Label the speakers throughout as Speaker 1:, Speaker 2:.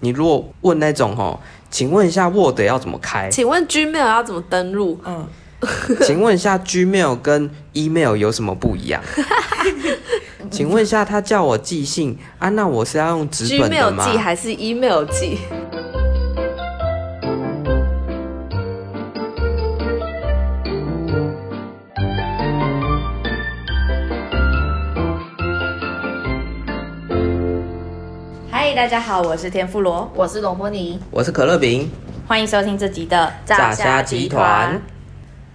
Speaker 1: 你如果问那种哦，请问一下 Word 要怎么开？
Speaker 2: 请问 Gmail 要怎么登录？
Speaker 3: 嗯，
Speaker 1: 请问一下 Gmail 跟 Email 有什么不一样？请问一下，他叫我寄信啊，那我是要用纸本的
Speaker 2: Gmail
Speaker 1: 吗？
Speaker 2: 寄还是 Email 寄？
Speaker 3: 嗨，大家好，我是田富罗，
Speaker 4: 我是龙波尼，
Speaker 1: 我是可乐饼，
Speaker 3: 欢迎收听这集的
Speaker 1: 炸虾集团。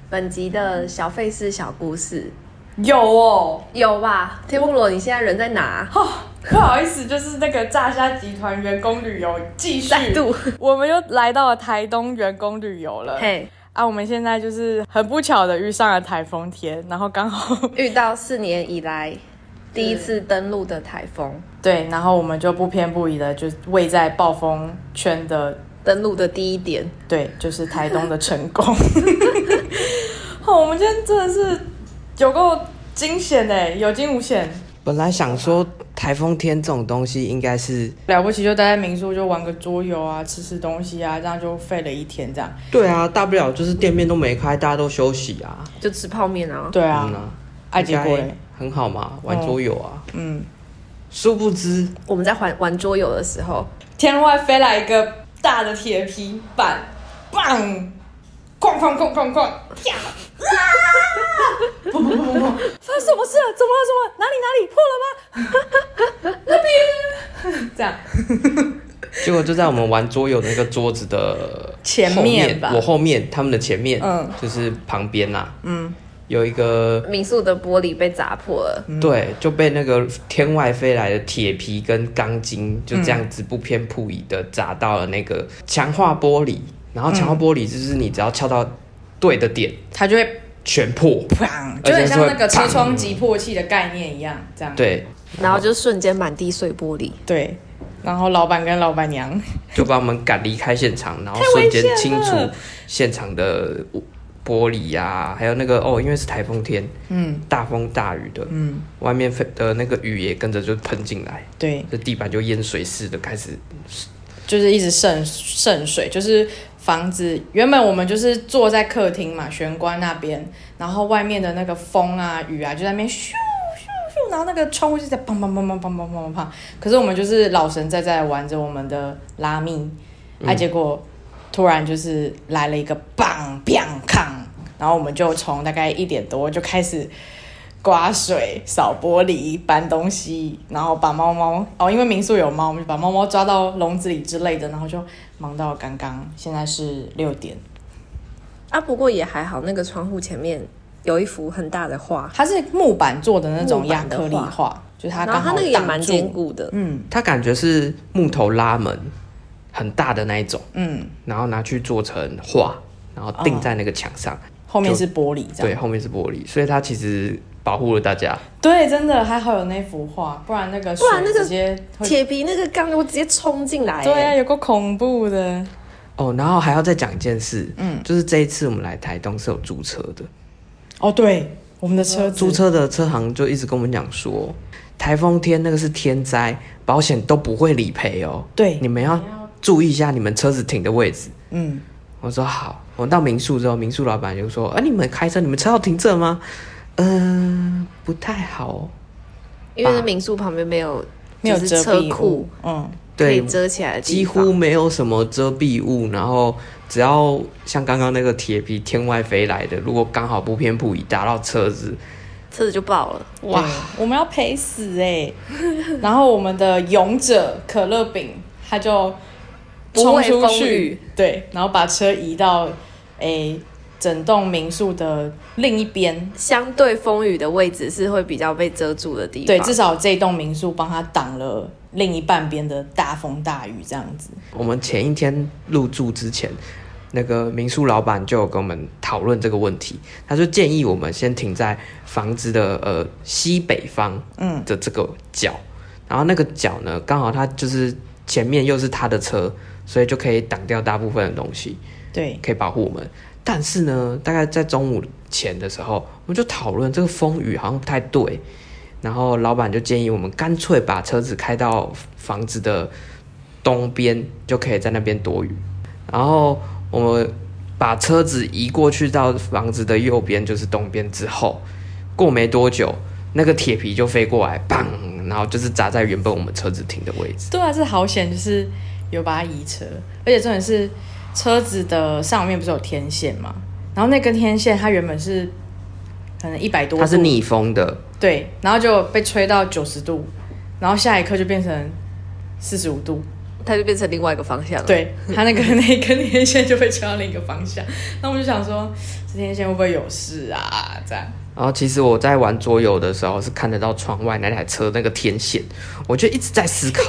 Speaker 4: 本集的小费事小故事
Speaker 3: 有哦，
Speaker 4: 有吧？天妇罗，你现在人在哪？
Speaker 2: 哦
Speaker 3: 不好意思，就是那个炸虾集团员工旅游继续，
Speaker 4: 再度，
Speaker 3: 我们又来到了台东员工旅游了。
Speaker 4: 嘿，
Speaker 3: 啊，我们现在就是很不巧的遇上了台风天，然后刚好
Speaker 4: 遇到四年以来第一次登陆的台风，
Speaker 3: 对，然后我们就不偏不倚的就位在暴风圈的
Speaker 4: 登陆的第一点，
Speaker 3: 对，就是台东的成功。 哦，我们今天真的是有够惊险哎，有惊无险，
Speaker 1: 本来想说台风天这种东西应该是
Speaker 3: 了不起就待在民宿就玩个桌游啊，吃吃东西啊，这样就废了一天这样。
Speaker 1: 对啊，大不了就是店面都没开，大家都休息啊。
Speaker 4: 就吃泡面啊。
Speaker 3: 对啊，
Speaker 1: 啊，
Speaker 3: 爱结
Speaker 1: 应
Speaker 3: 果嘞，
Speaker 1: 该很好嘛，玩桌游啊。
Speaker 3: 嗯，
Speaker 1: 殊不知，
Speaker 4: 我们在玩玩桌游的时候，
Speaker 3: 天空外飞来一个大的铁皮板，棒，哐哐哐哐哐，啪，啊！不不不不不，发生什么事了？怎么了？怎么了？哪里哪里破了吗？那边，这样。
Speaker 1: 结果就在我们玩桌游的那个桌子的
Speaker 3: 前
Speaker 1: 后面
Speaker 3: 面吧
Speaker 1: 我后面，他们的前面，
Speaker 3: 嗯
Speaker 1: 就是旁边啦、嗯，有一个
Speaker 4: 民宿的玻璃被砸破了，
Speaker 3: 嗯
Speaker 1: 对，就被那个天外飞来的铁皮跟钢筋就这样子不偏不倚的砸到了那个强化玻璃，然后强
Speaker 3: 嗯
Speaker 1: 化玻璃就是你只要敲到对的点，
Speaker 3: 它就会
Speaker 1: 全破。
Speaker 3: 砰，
Speaker 1: 而
Speaker 3: 就
Speaker 1: 且
Speaker 3: 很
Speaker 1: 是
Speaker 3: 像
Speaker 1: 会
Speaker 3: 那个车
Speaker 1: 砰
Speaker 3: 窗击破器的概念一样，这样。
Speaker 1: 对，
Speaker 4: 然后就瞬间满地碎玻璃。
Speaker 3: 对，然后老板跟老板娘，
Speaker 1: 就把我们赶离开现场，然后瞬
Speaker 3: 危
Speaker 1: 间
Speaker 3: 险
Speaker 1: 清除
Speaker 3: 了
Speaker 1: 现场的玻璃呀、还有那个哦，因为是台风天，
Speaker 3: 嗯
Speaker 1: 大风大雨的，
Speaker 3: 嗯，
Speaker 1: 外面飞的那个雨也跟着就喷进来，
Speaker 3: 对，
Speaker 1: 这地板就淹水似的开始
Speaker 3: 就是一直渗渗水，就是房子原本我们就是坐在客厅嘛，玄关那边，然后外面的那个风啊雨啊就在那边咻咻咻，然后那个窗户就在砰砰砰砰砰砰砰砰砰，可是我们就是老神在在地玩着我们的拉密，啊，结果突然就是来了一个棒砰抗，然后我们就从大概一点多就开始。刮水、扫玻璃、搬东西，然后把猫猫哦，因为民宿有猫，我们就把猫猫抓到笼子里之类的，然后就忙到刚刚，现在是六点。
Speaker 4: 啊，不过也还好，那个窗户前面有一幅很大的画，
Speaker 3: 它是木板做的那种
Speaker 4: 木
Speaker 3: 亚
Speaker 4: 板的
Speaker 3: 克力
Speaker 4: 画
Speaker 3: 画，就是它
Speaker 4: 然后
Speaker 3: 刚
Speaker 4: 它
Speaker 3: 好
Speaker 4: 那个也蛮
Speaker 3: 挡
Speaker 4: 坚
Speaker 3: 住。
Speaker 4: 固的，
Speaker 3: 嗯
Speaker 1: 它感觉是木头拉门，很大的那一种，
Speaker 3: 嗯，
Speaker 1: 然后拿去做成画，然后钉在那个墙上。
Speaker 3: 后面
Speaker 1: 就是
Speaker 3: 玻璃哦这
Speaker 1: 对，
Speaker 3: 样。
Speaker 1: 后面是玻璃，所以它其实保护了大家。
Speaker 3: 对，真的还好有那幅画，不然那个
Speaker 4: 不然
Speaker 3: 水
Speaker 4: 那个
Speaker 3: 直接会
Speaker 4: 铁皮那个缸我直接冲进来、
Speaker 3: 对啊，有够恐怖的。
Speaker 1: 哦，然后还要再讲一件事，嗯，就是这一次我们来台东是有租车的，
Speaker 3: 哦，对，我们的车
Speaker 1: 租
Speaker 3: 租
Speaker 1: 车的车行就一直跟我们讲说，台风天那个是天灾，保险都不会理赔哦。
Speaker 3: 对
Speaker 1: 你们要注意一下你们车子停的位置。
Speaker 3: 嗯，
Speaker 1: 我说好，我到民宿之后，民宿老板就说：“啊，你们开车，你们车要停这吗？”嗯、不太好、哦。
Speaker 4: 因为那民宿旁边没有
Speaker 3: 没有
Speaker 4: 就是
Speaker 3: 遮
Speaker 4: 车
Speaker 3: 蔽
Speaker 4: 库
Speaker 3: 物，，嗯，
Speaker 4: 可以
Speaker 1: 对，
Speaker 4: 遮起来的地
Speaker 1: 几
Speaker 4: 方
Speaker 1: 乎没有什么遮蔽物，然后只要像刚刚那个铁皮天外飞来的，如果刚好不偏不倚打到车子，
Speaker 4: 车子就爆了。
Speaker 3: 哇，我们要赔死哎、 然后我们的勇者可乐饼，他就
Speaker 4: 不
Speaker 3: 冲
Speaker 4: 畏
Speaker 3: 出
Speaker 4: 风
Speaker 3: 去
Speaker 4: 雨，
Speaker 3: 对，然后把车移到诶、整栋民宿的另一边，
Speaker 4: 相对风雨的位置是会比较被遮住的地方，
Speaker 3: 对，至少这栋民宿帮他挡了另一半边的大风大雨这样子。
Speaker 1: 我们前一天入住之前，那个民宿老板就有跟我们讨论这个问题，他就建议我们先停在房子的呃西北方，
Speaker 3: 嗯
Speaker 1: 的这个角，然后那个角呢，刚好它就是前面又是他的车，所以就可以挡掉大部分的东西，
Speaker 3: 对，
Speaker 1: 可以保护我们。但是呢，大概在中午前的时候，我们就讨论这个风雨好像不太对，然后老板就建议我们干脆把车子开到房子的东边，就可以在那边躲雨。然后我们把车子移过去到房子的右边，就是东边之后，过没多久，那个铁皮就飞过来，砰，然后就是砸在原本我们车子停的位置。
Speaker 3: 对啊，这好险，就是有把它移车，而且重点是车子的上面不是有天线嘛，然后那根天线它原本是可能一百多度，
Speaker 1: 它是逆风的，
Speaker 3: 对，然后就被吹到九十度，然后下一刻就变成四十五度，
Speaker 2: 它就变成另外一个方
Speaker 1: 嗯
Speaker 2: 向了。，
Speaker 3: 对，它那个 那一根天线就被吹到另一个方向，那我就想说，这天线会不会有事啊？这样，
Speaker 1: 然后其实我在玩桌游的时候是看得到窗外那台车那个天线，我就一直在思 考，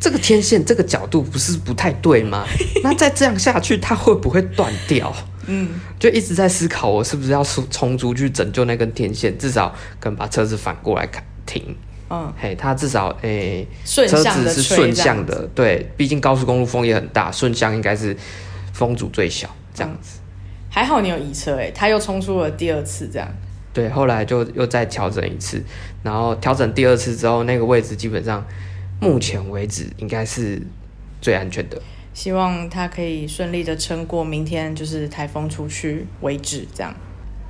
Speaker 1: 这个天线这个角度不是不太对 吗？那再这样下去，它会不会断掉？嗯，就一直在思考，我是不是要冲冲出去拯救那根天线，至少跟把车子反过来看停。
Speaker 3: 嗯，
Speaker 1: 嘿，它至少诶、
Speaker 3: 顺
Speaker 1: 车
Speaker 3: 向
Speaker 1: 子
Speaker 3: 的
Speaker 1: 是
Speaker 3: 吹，
Speaker 1: 顺
Speaker 3: 这
Speaker 1: 向
Speaker 3: 样
Speaker 1: 的，对，毕竟高速公路风也很大，顺向应该是风阻最小这样子。
Speaker 3: 还好你有移车、欸，哎，它又冲出了第二次，这样，
Speaker 1: 对，后来就又再调整一次，然后调整第二次之后，那个位置基本上目前为止应该是最安全的。
Speaker 3: 希望它可以顺利的撑过明天，就是台风出去为止，这样。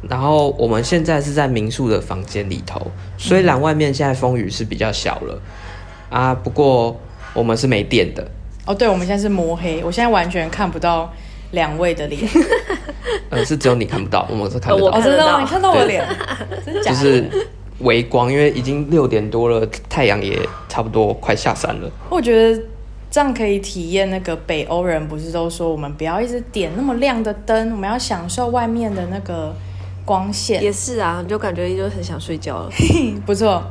Speaker 1: 然后我们现在是在民宿的房间里头，虽
Speaker 3: 嗯
Speaker 1: 然外面现在风雨是比较小了啊，不过我们是没电的。
Speaker 3: 哦，对，我们现在是摸黑，我现在完全看不到两位的脸。
Speaker 1: 呃，是只有你看不到，我们是看
Speaker 2: 呃
Speaker 1: 得
Speaker 2: 我
Speaker 1: 到
Speaker 3: 哦，
Speaker 1: 的，
Speaker 3: 真的
Speaker 2: 看得
Speaker 3: 吗？
Speaker 2: 到
Speaker 3: 你看到我脸？真
Speaker 1: 就
Speaker 3: 假的？
Speaker 1: 是微光，因为已经六点多了，太阳也差不多快下山了。
Speaker 3: 我觉得这样可以体验那个北欧人不是都说我们不要一直点那么亮的灯，我们要享受外面的那个光线。
Speaker 2: 也是啊，你就感觉就很想睡觉了。
Speaker 3: 不错，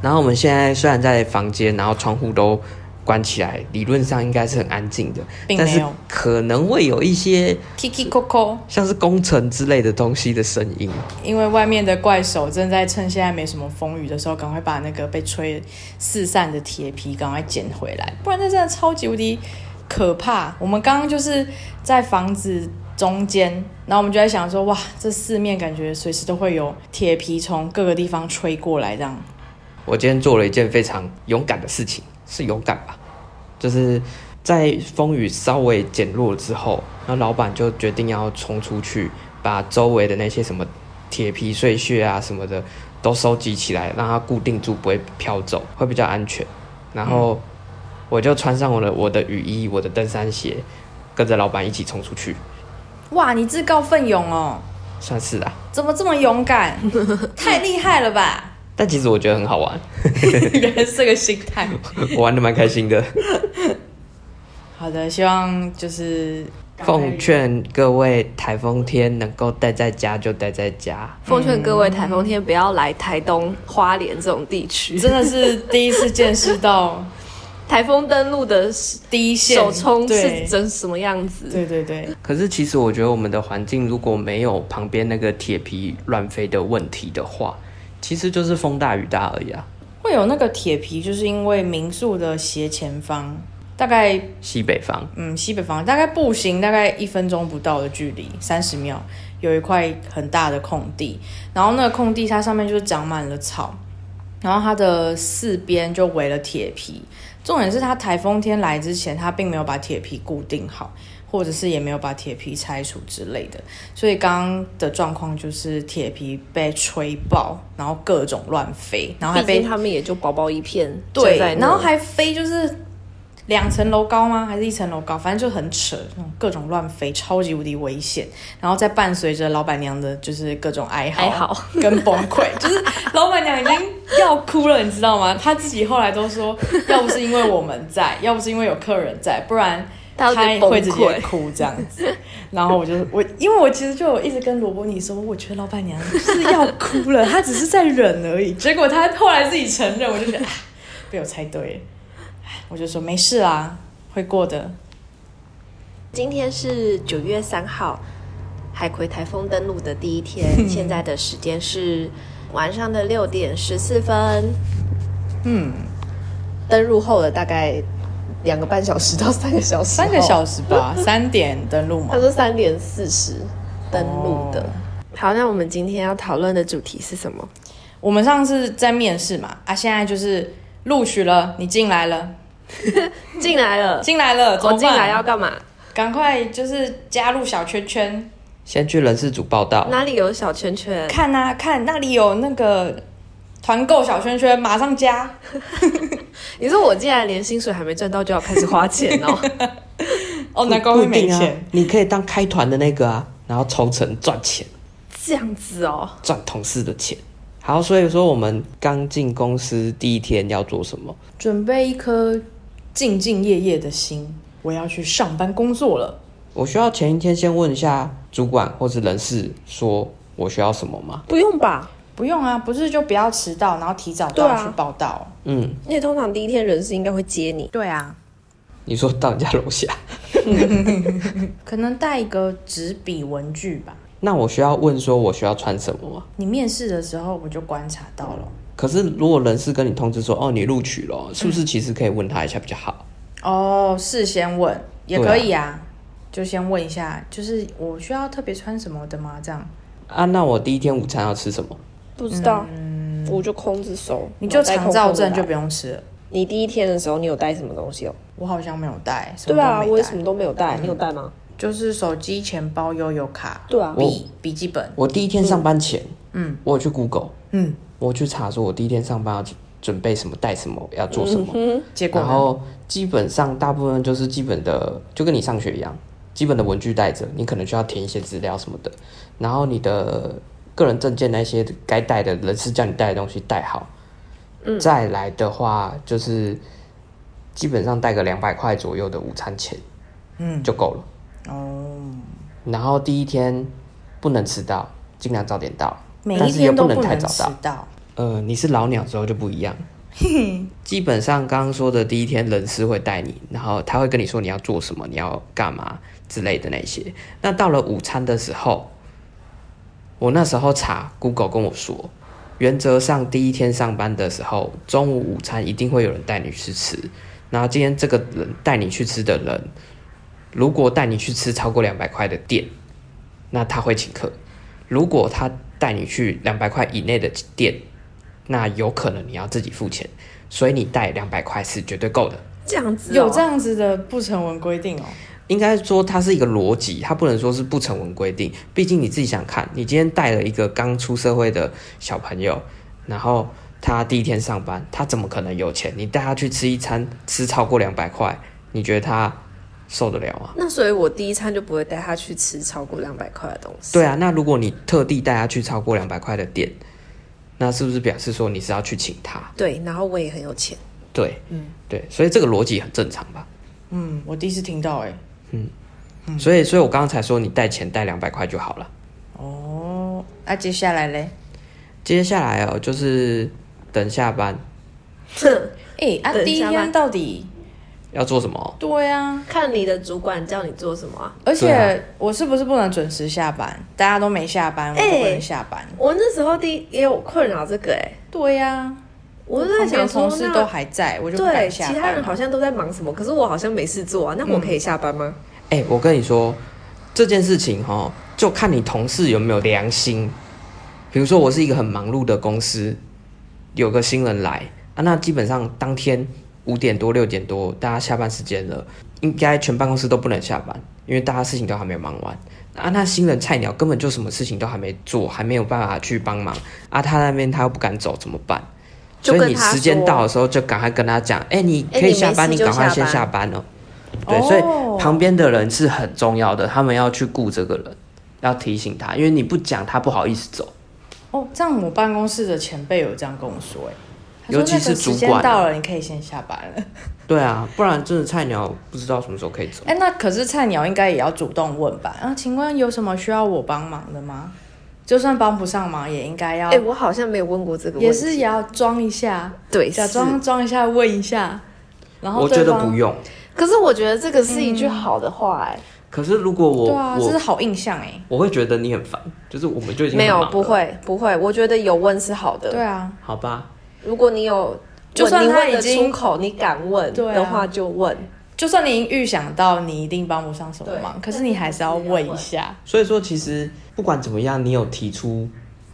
Speaker 1: 然后我们现在虽然在房间，然后窗户都关起来，理论上应该是很安静的，
Speaker 3: 并
Speaker 1: 但是
Speaker 3: 没有
Speaker 1: 可能会有一些
Speaker 3: Kiki Coco，
Speaker 1: 像是工程之类的东西的声音。
Speaker 3: 因为外面的怪手正在趁现在没什么风雨的时候，赶快把那个被吹四散的铁皮赶快捡回来，不然那真的超级无敌可怕。我们刚刚就是在房子中间，然后我们就在想说，哇，这四面感觉随时都会有铁皮从各个地方吹过来，这样
Speaker 1: 我今天做了一件非常勇敢的事情，是勇敢吧？就是在风雨稍微减弱之后，那老板就决定要冲出去，把周围的那些什么铁皮碎屑啊什么的都收集起来，让它固定住，不会飘走，会比较安全。然后我就穿上我的我的雨衣，我的登山鞋，跟着老板一起冲出去，
Speaker 3: 哇，你自告奋勇哦，
Speaker 1: 算是啦、
Speaker 3: 怎么这么 勇敢？太厉害了吧！
Speaker 1: 但其实我觉得很好玩，
Speaker 3: 原来是这个心态。
Speaker 1: 我玩的蛮开心的。
Speaker 3: 好的，希望就是
Speaker 1: 奉劝各位台风天能够待在家就待在家。
Speaker 2: 奉劝各位，台风天不要来台东、花莲这种地区。
Speaker 3: 真的是第一次见识到
Speaker 2: 台风登陆的时
Speaker 3: 第一线
Speaker 2: 首冲
Speaker 3: 对
Speaker 2: 是真什么样子？
Speaker 3: 对对对，
Speaker 1: 可是其实我觉得我们的环境如果没有旁边那个铁皮乱飞的问题的话，其实就是风大雨大而已啊。
Speaker 3: 会有那个铁皮，就是因为民宿的斜前方，大概
Speaker 1: 西北方，
Speaker 3: 嗯西北方，大概步行大概一分钟不到的距离，三十秒，有一块很大的空地，然后那个空地它上面就是长满了草，然后它的四边就围了铁皮。重点是它台风天来之前，它并没有把铁皮固定好，或者是也没有把铁皮拆除之类的，所以刚刚的状况就是铁皮被吹爆，然后各种乱飞，然后还
Speaker 2: 毕
Speaker 3: 被
Speaker 2: 竟他们也就薄薄一片，
Speaker 3: 对
Speaker 2: 就在，那
Speaker 3: 然后还飞，就是两层楼高吗？还是一层楼高？反正就很扯，那种各种乱飞，超级无敌危险。然后再伴随着老板娘的就是各种哀嚎、
Speaker 2: 哀嚎
Speaker 3: 跟崩溃，就是老板娘已经要哭了，你知道吗？她自己后来 都说，要不是因为我们在，要不是因为有客人在，不然。
Speaker 2: 她
Speaker 3: 她
Speaker 2: 会直接崩
Speaker 3: 会直接
Speaker 2: 溃
Speaker 3: 哭这样子， 然后我就我，因为我其实就有一直跟罗伯尼说，我觉得老板娘就是要哭了，她只是在忍而已。结果她后来自己承认，我就觉得啊被我猜对了，唉我就说没事啦，会过的。
Speaker 2: 今天是九月三号，海葵台风登陆的第一天，
Speaker 3: 嗯
Speaker 2: 现在的时间是晚上的六点十四分。
Speaker 3: 嗯，
Speaker 2: 登陆后的大概两个半小时到三个小时后，哦
Speaker 3: 三个小时吧，三点登录嘛
Speaker 2: 他。说三点四十登陆的。
Speaker 3: 哦
Speaker 2: 好，那我们今天要讨论的主题是什么？
Speaker 3: 我们上次在面试嘛，啊，现在就是录取了，你进来了，
Speaker 2: 进来了，
Speaker 3: 进来了， 怎
Speaker 2: 我
Speaker 3: 么
Speaker 2: 进来
Speaker 3: 办？
Speaker 2: 要干嘛？
Speaker 3: 赶快就是加入小圈圈，
Speaker 1: 先去人事组报道，
Speaker 2: 哪里有小圈 圈？
Speaker 3: 看啊看那里有那个团购小圈圈，马上加。
Speaker 2: 你说我竟然连薪水还没赚到就要开始花钱 哦？
Speaker 3: 哦，难怪
Speaker 1: 不
Speaker 3: 会
Speaker 1: 一
Speaker 3: 没
Speaker 1: 定啊
Speaker 3: 钱。，
Speaker 1: 你可以当开团的那个啊，然后抽成赚钱，
Speaker 2: 这样子哦，
Speaker 1: 赚同事的钱。好，所以说我们刚进公司第一天要做什么？
Speaker 3: 准备一颗兢兢业业的心，我要去上班工作了。
Speaker 1: 我需要前一天先问一下主管或是人事，说我需要什么吗？
Speaker 4: 不用吧？
Speaker 3: 不用啊，不是就不要迟到，然后提早
Speaker 4: 对
Speaker 3: 到
Speaker 4: 啊
Speaker 3: 去报道。
Speaker 1: 嗯，
Speaker 4: 因为通常第一天人事应该会接你，
Speaker 3: 对啊，
Speaker 1: 你说到人家楼下，
Speaker 3: 可能带一个纸笔文具吧。
Speaker 1: 那我需要问说我需要穿什么吗？
Speaker 3: 你面试的时候我就观察到了。
Speaker 1: 可是如果人事跟你通知说哦你录取了，是不是其实可以问他一下比较好？
Speaker 3: 哦，事先问也
Speaker 1: 对啊
Speaker 3: 可以啊，就先问一下，就是我需要特别穿什么的吗？这样
Speaker 1: 啊，那我第一天午餐要吃什么？
Speaker 4: 不知道，嗯我就空着手。
Speaker 3: 你就
Speaker 4: 脑袋
Speaker 3: 长
Speaker 4: 空
Speaker 3: 照
Speaker 4: 空的
Speaker 3: 证就
Speaker 4: 来
Speaker 3: 不用吃了。
Speaker 4: 你第一天的时候，你有带什么东西哦？
Speaker 3: 我好像没有带，什么
Speaker 4: 对啊，
Speaker 3: 都没带
Speaker 4: 我也什么都没有带，你有带吗？
Speaker 3: 就是手机、钱包、悠游卡、
Speaker 4: 对啊，
Speaker 3: 笔、笔记本。
Speaker 1: 我第一天上班前，
Speaker 3: 嗯，
Speaker 1: 我有去 Google，
Speaker 3: 嗯，
Speaker 1: 我去查说我第一天上班要准备什么，带什么，要做什
Speaker 3: 嗯
Speaker 1: 么，
Speaker 3: 结果
Speaker 1: 然
Speaker 3: 呢
Speaker 1: 后基本上大部分就是基本的，就跟你上学一样，基本的文具带着，你可能需要填一些资料什么的，然后你的个人证件那些该带的人事叫你带的东西带好，嗯，再来的话就是基本上带个两百块左右的午餐钱，嗯，就够了。
Speaker 3: 哦，
Speaker 1: 然后第一天不能迟到，尽量早点到，
Speaker 3: 每
Speaker 1: 但
Speaker 3: 一
Speaker 1: 是也
Speaker 3: 天都
Speaker 1: 能太
Speaker 3: 能
Speaker 1: 早
Speaker 3: 迟
Speaker 1: 到。
Speaker 3: 到。
Speaker 1: 呃，你是老鸟之后就不一样。基本上刚刚说的第一天，人事会带你，然后他会跟你说你要做什么，你要干嘛之类的那些。那到了午餐的时候，我那时候查 Google 跟我说，原则上第一天上班的时候，中午午餐一定会有人带你去吃。然后今天这个人带你去吃的人，如果带你去吃超过两百块的店，那他会请客；如果他带你去两百块以内的店，那有可能你要自己付钱，所以你带两百块是绝对够的。
Speaker 2: 这样子哦
Speaker 3: 有这样子的不成文规定哦。
Speaker 1: 应该说它是一个逻辑，它不能说是不成文规定。毕竟你自己想看，你今天带了一个刚出社会的小朋友，然后他第一天上班，他怎么可能有钱？你带他去吃一餐，吃超过两百块，你觉得他受得了吗？
Speaker 4: 那所以我第一餐就不会带他去吃超过两百块的东西。
Speaker 1: 对啊，那如果你特地带他去超过两百块的店，那是不是表示说你是要去请他？
Speaker 4: 对，然后我也很有 钱，
Speaker 1: 对，嗯，对，所以这个逻辑很正常吧？
Speaker 3: 嗯，我第一次听到哎、
Speaker 1: 所以，所以我刚刚才说你带钱带两百块就好了。
Speaker 3: 哦，那、接下来嘞？
Speaker 1: 接下来哦，就是等下班
Speaker 3: 哎、啊，
Speaker 2: 等
Speaker 3: 第一
Speaker 2: 下
Speaker 3: 天
Speaker 2: 班
Speaker 3: 到底？
Speaker 1: 要做什么？
Speaker 3: 对啊，
Speaker 2: 看你的主管叫你做什么啊？
Speaker 3: 而
Speaker 1: 对
Speaker 3: 且
Speaker 1: 啊
Speaker 3: 我是不是不能准时下班？大家都没下班，我
Speaker 2: 哎
Speaker 3: 都不能下班。
Speaker 2: 我那时候第一也有困扰这个
Speaker 4: 欸
Speaker 2: 哎、
Speaker 3: 对呀、
Speaker 2: 我就在
Speaker 3: 旁
Speaker 2: 想
Speaker 3: 边同
Speaker 2: 说
Speaker 3: 事都
Speaker 2: 那。
Speaker 3: 还在，我就不
Speaker 2: 对，
Speaker 3: 敢下
Speaker 2: 其
Speaker 3: 班。嗯
Speaker 2: 他人好像都在忙什么，可是我好像没事做啊。那我可以下班吗？
Speaker 1: 哎、我跟你说这件事情哦，就看你同事有没有良心。比如说，我是一个很忙碌的公司，有个新人来啊，那基本上当天五点多六点多，大家下班时间了，应该全办公室都不能下班，因为大家事情都还没忙完啊。那新人菜鸟根本就什么事情都还没做，还没有办法去帮忙啊。他那边他又不敢走，怎么办？
Speaker 2: 就
Speaker 1: 所
Speaker 2: 跟
Speaker 1: 以你
Speaker 2: 他
Speaker 1: 时间
Speaker 2: 说
Speaker 1: 到的时候，就赶快跟他讲，哎、你
Speaker 2: 哎
Speaker 1: 可以
Speaker 2: 你
Speaker 1: 下
Speaker 2: 没
Speaker 1: 班，
Speaker 2: 事
Speaker 1: 你
Speaker 2: 就
Speaker 1: 赶快
Speaker 2: 下
Speaker 1: 先
Speaker 2: 班
Speaker 1: 下班哦。对，所
Speaker 3: 哦
Speaker 1: 以旁边的人是很重要的，他们要去顾这个人，要提醒他，因为你不讲他不好意思走。
Speaker 3: 哦，这样我办公室的前辈有这样跟我说、哎，他说
Speaker 1: 尤其是
Speaker 3: 那个时
Speaker 1: 主
Speaker 3: 间
Speaker 1: 管啊
Speaker 3: 到了，你可以先下班了。
Speaker 1: 对啊，不然真的菜鸟不知道什么时候可以走。
Speaker 3: 哎、那可是菜鸟应该也要主动问吧？啊，请问有什么需要我帮忙的吗？就算帮不上忙，也应该要，
Speaker 2: 哎、我好像没有问过这个问题。
Speaker 3: 也是也要装一下，
Speaker 2: 对，
Speaker 3: 假
Speaker 2: 是
Speaker 3: 装装一下，问一下。然后
Speaker 1: 我觉
Speaker 3: 对
Speaker 1: 得
Speaker 3: 方
Speaker 1: 不用。
Speaker 2: 可是我觉得这个是一句好的话、哎、
Speaker 1: 可是如果我、
Speaker 3: 对啊，这是
Speaker 1: 我
Speaker 3: 好印象哎。
Speaker 1: 我会觉得你很烦，就是我们就已经
Speaker 2: 没
Speaker 1: 很
Speaker 2: 有，
Speaker 1: 忙
Speaker 2: 不
Speaker 1: 了，
Speaker 2: 会，不会。我觉得有问是好的。
Speaker 3: 对，啊，
Speaker 1: 好吧？
Speaker 2: 如果你有，
Speaker 3: 就算
Speaker 2: 你
Speaker 3: 他
Speaker 2: 问
Speaker 3: 已
Speaker 2: 得
Speaker 3: 经
Speaker 2: 出口，你敢问
Speaker 3: 对啊
Speaker 2: 的话就问。
Speaker 3: 就算你已经预想到你一定帮不上什么忙，
Speaker 2: 对
Speaker 3: 可是你还是要问一下。
Speaker 1: 所以说，其实不管怎么样，你有提出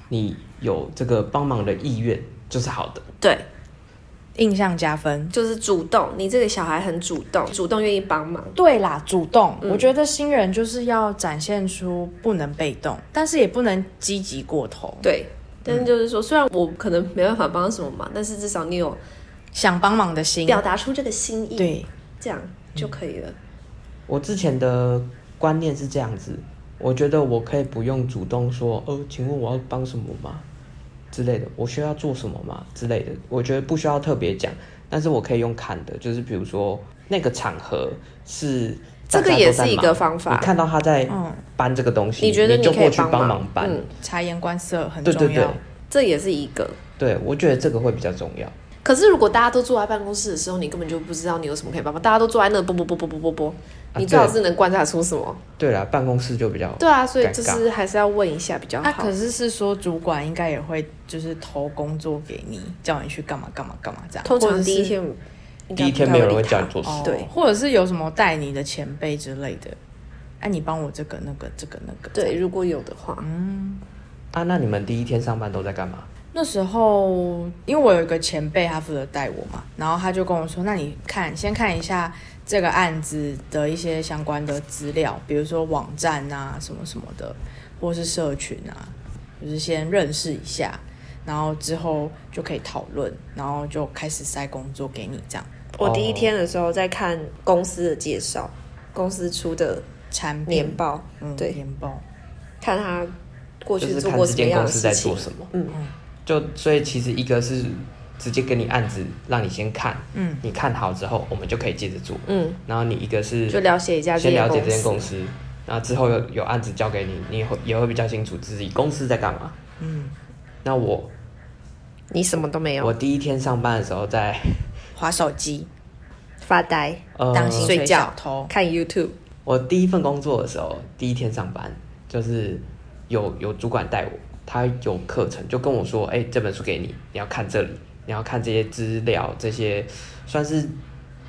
Speaker 1: 你有这个帮忙的意愿就是好的。
Speaker 2: 对，
Speaker 3: 印象加分。
Speaker 2: 就是主动，你这个小孩很主动，主动愿意帮忙。
Speaker 3: 对啦，主动，我觉得新人就是要展现出不能被动，但是也不能积极过头。
Speaker 2: 对，但
Speaker 3: 嗯
Speaker 2: 是就是说，虽然我可能没办法帮什么忙，但是至少你有
Speaker 3: 想帮忙的心，
Speaker 2: 表达出这个心意，，
Speaker 3: 对，
Speaker 2: 这样就可以了。
Speaker 1: 我之前的观念是这样子，我觉得我可以不用主动说，呃，请问我要帮什么吗？之类的，我需要做什么吗？之类的，我觉得不需要特别讲，但是我可以用看的，就是比如说那个场合是大
Speaker 2: 这
Speaker 1: 家
Speaker 2: 个
Speaker 1: 都
Speaker 2: 也
Speaker 1: 在
Speaker 2: 是一
Speaker 1: 忙
Speaker 2: 个方法
Speaker 1: 你看到他在
Speaker 3: 嗯
Speaker 1: 搬这个东西，
Speaker 2: 你觉得
Speaker 1: 就
Speaker 2: 可以
Speaker 1: 过去帮忙
Speaker 2: 忙？
Speaker 1: 搬，
Speaker 2: 嗯，
Speaker 3: 察言观色很重
Speaker 1: 对
Speaker 3: 要。
Speaker 1: 对对
Speaker 2: 这也是一个。
Speaker 1: 对，我觉得这个会比较重要。
Speaker 2: 可是如果大家都坐在办公室的时候，你根本就不知道你有什么可以帮忙，大家都坐在那啵啵啵啵啵啵啵，你最好是能观察出什么。
Speaker 1: 对啦，办公室就比较
Speaker 2: 对啊，所以就
Speaker 1: 尴
Speaker 2: 是还是要问一下比较
Speaker 3: 那、
Speaker 1: 啊
Speaker 2: 好
Speaker 3: 啊可。是是说主管应该也会就是投工作给你，叫你去干嘛干嘛干嘛这样。
Speaker 2: 通
Speaker 3: 或者
Speaker 2: 常
Speaker 3: 是
Speaker 2: 第一天应该
Speaker 1: 第一天
Speaker 2: 不太
Speaker 1: 没有人会
Speaker 2: 理
Speaker 1: 叫你
Speaker 2: 他
Speaker 1: 做事，
Speaker 3: 哦，
Speaker 2: 对
Speaker 3: 或者是有什么带你的前辈之类的，哎、你帮我这个那个这个那个。这
Speaker 2: 对，
Speaker 3: 样，
Speaker 2: 如果有的话，
Speaker 1: 啊。那你们第一天上班都在干嘛？
Speaker 3: 那时候因为我有一个前辈，他负责带我嘛，然后他就跟我说，那你看先看一下这个案子的一些相关的资料，比如说网站啊什么什么的，或是社群啊，就是先认识一下。然后之后就可以讨论，然后就开始塞工作给你这样
Speaker 2: 我第一天的时候在看公司的介绍，公司出的
Speaker 3: 产品
Speaker 2: 年报，
Speaker 1: 哦
Speaker 3: 嗯，
Speaker 2: 对
Speaker 3: 年报
Speaker 2: 看他过
Speaker 1: 就
Speaker 2: 去
Speaker 1: 是
Speaker 2: 做
Speaker 1: 看
Speaker 2: 过
Speaker 1: 这
Speaker 2: 什么
Speaker 1: 间
Speaker 2: 样
Speaker 1: 公
Speaker 2: 的
Speaker 1: 司
Speaker 2: 事
Speaker 1: 在
Speaker 2: 情
Speaker 1: 做。什么。
Speaker 2: 嗯，
Speaker 1: 就所以其实一个是直接给你案子，让你先看，
Speaker 3: 嗯，
Speaker 1: 你看好之后，我们就可以接着做，
Speaker 2: 嗯，
Speaker 1: 然后你一个是
Speaker 2: 就了解一下这
Speaker 1: 先
Speaker 2: 间
Speaker 1: 了解
Speaker 2: 公
Speaker 1: 这间
Speaker 2: 司。
Speaker 1: 公司，那之后有有案子交给你，你也会也会比较清楚自己公司在干嘛。
Speaker 3: 嗯，
Speaker 1: 那我
Speaker 2: 你什么都没
Speaker 1: 我
Speaker 2: 有，
Speaker 1: 第一天上班的时候在
Speaker 3: 划手机
Speaker 2: 发呆，
Speaker 1: 呃，
Speaker 3: 当薪水
Speaker 2: 睡觉
Speaker 3: 小
Speaker 1: 哦
Speaker 3: 偷，
Speaker 2: 看 YouTube。
Speaker 1: 我第一份工作的时候，第一天上班，就是有有主管带我，他有课程就跟我说，哎、这本书给你，你要看这里，你要看这些资料，这些算是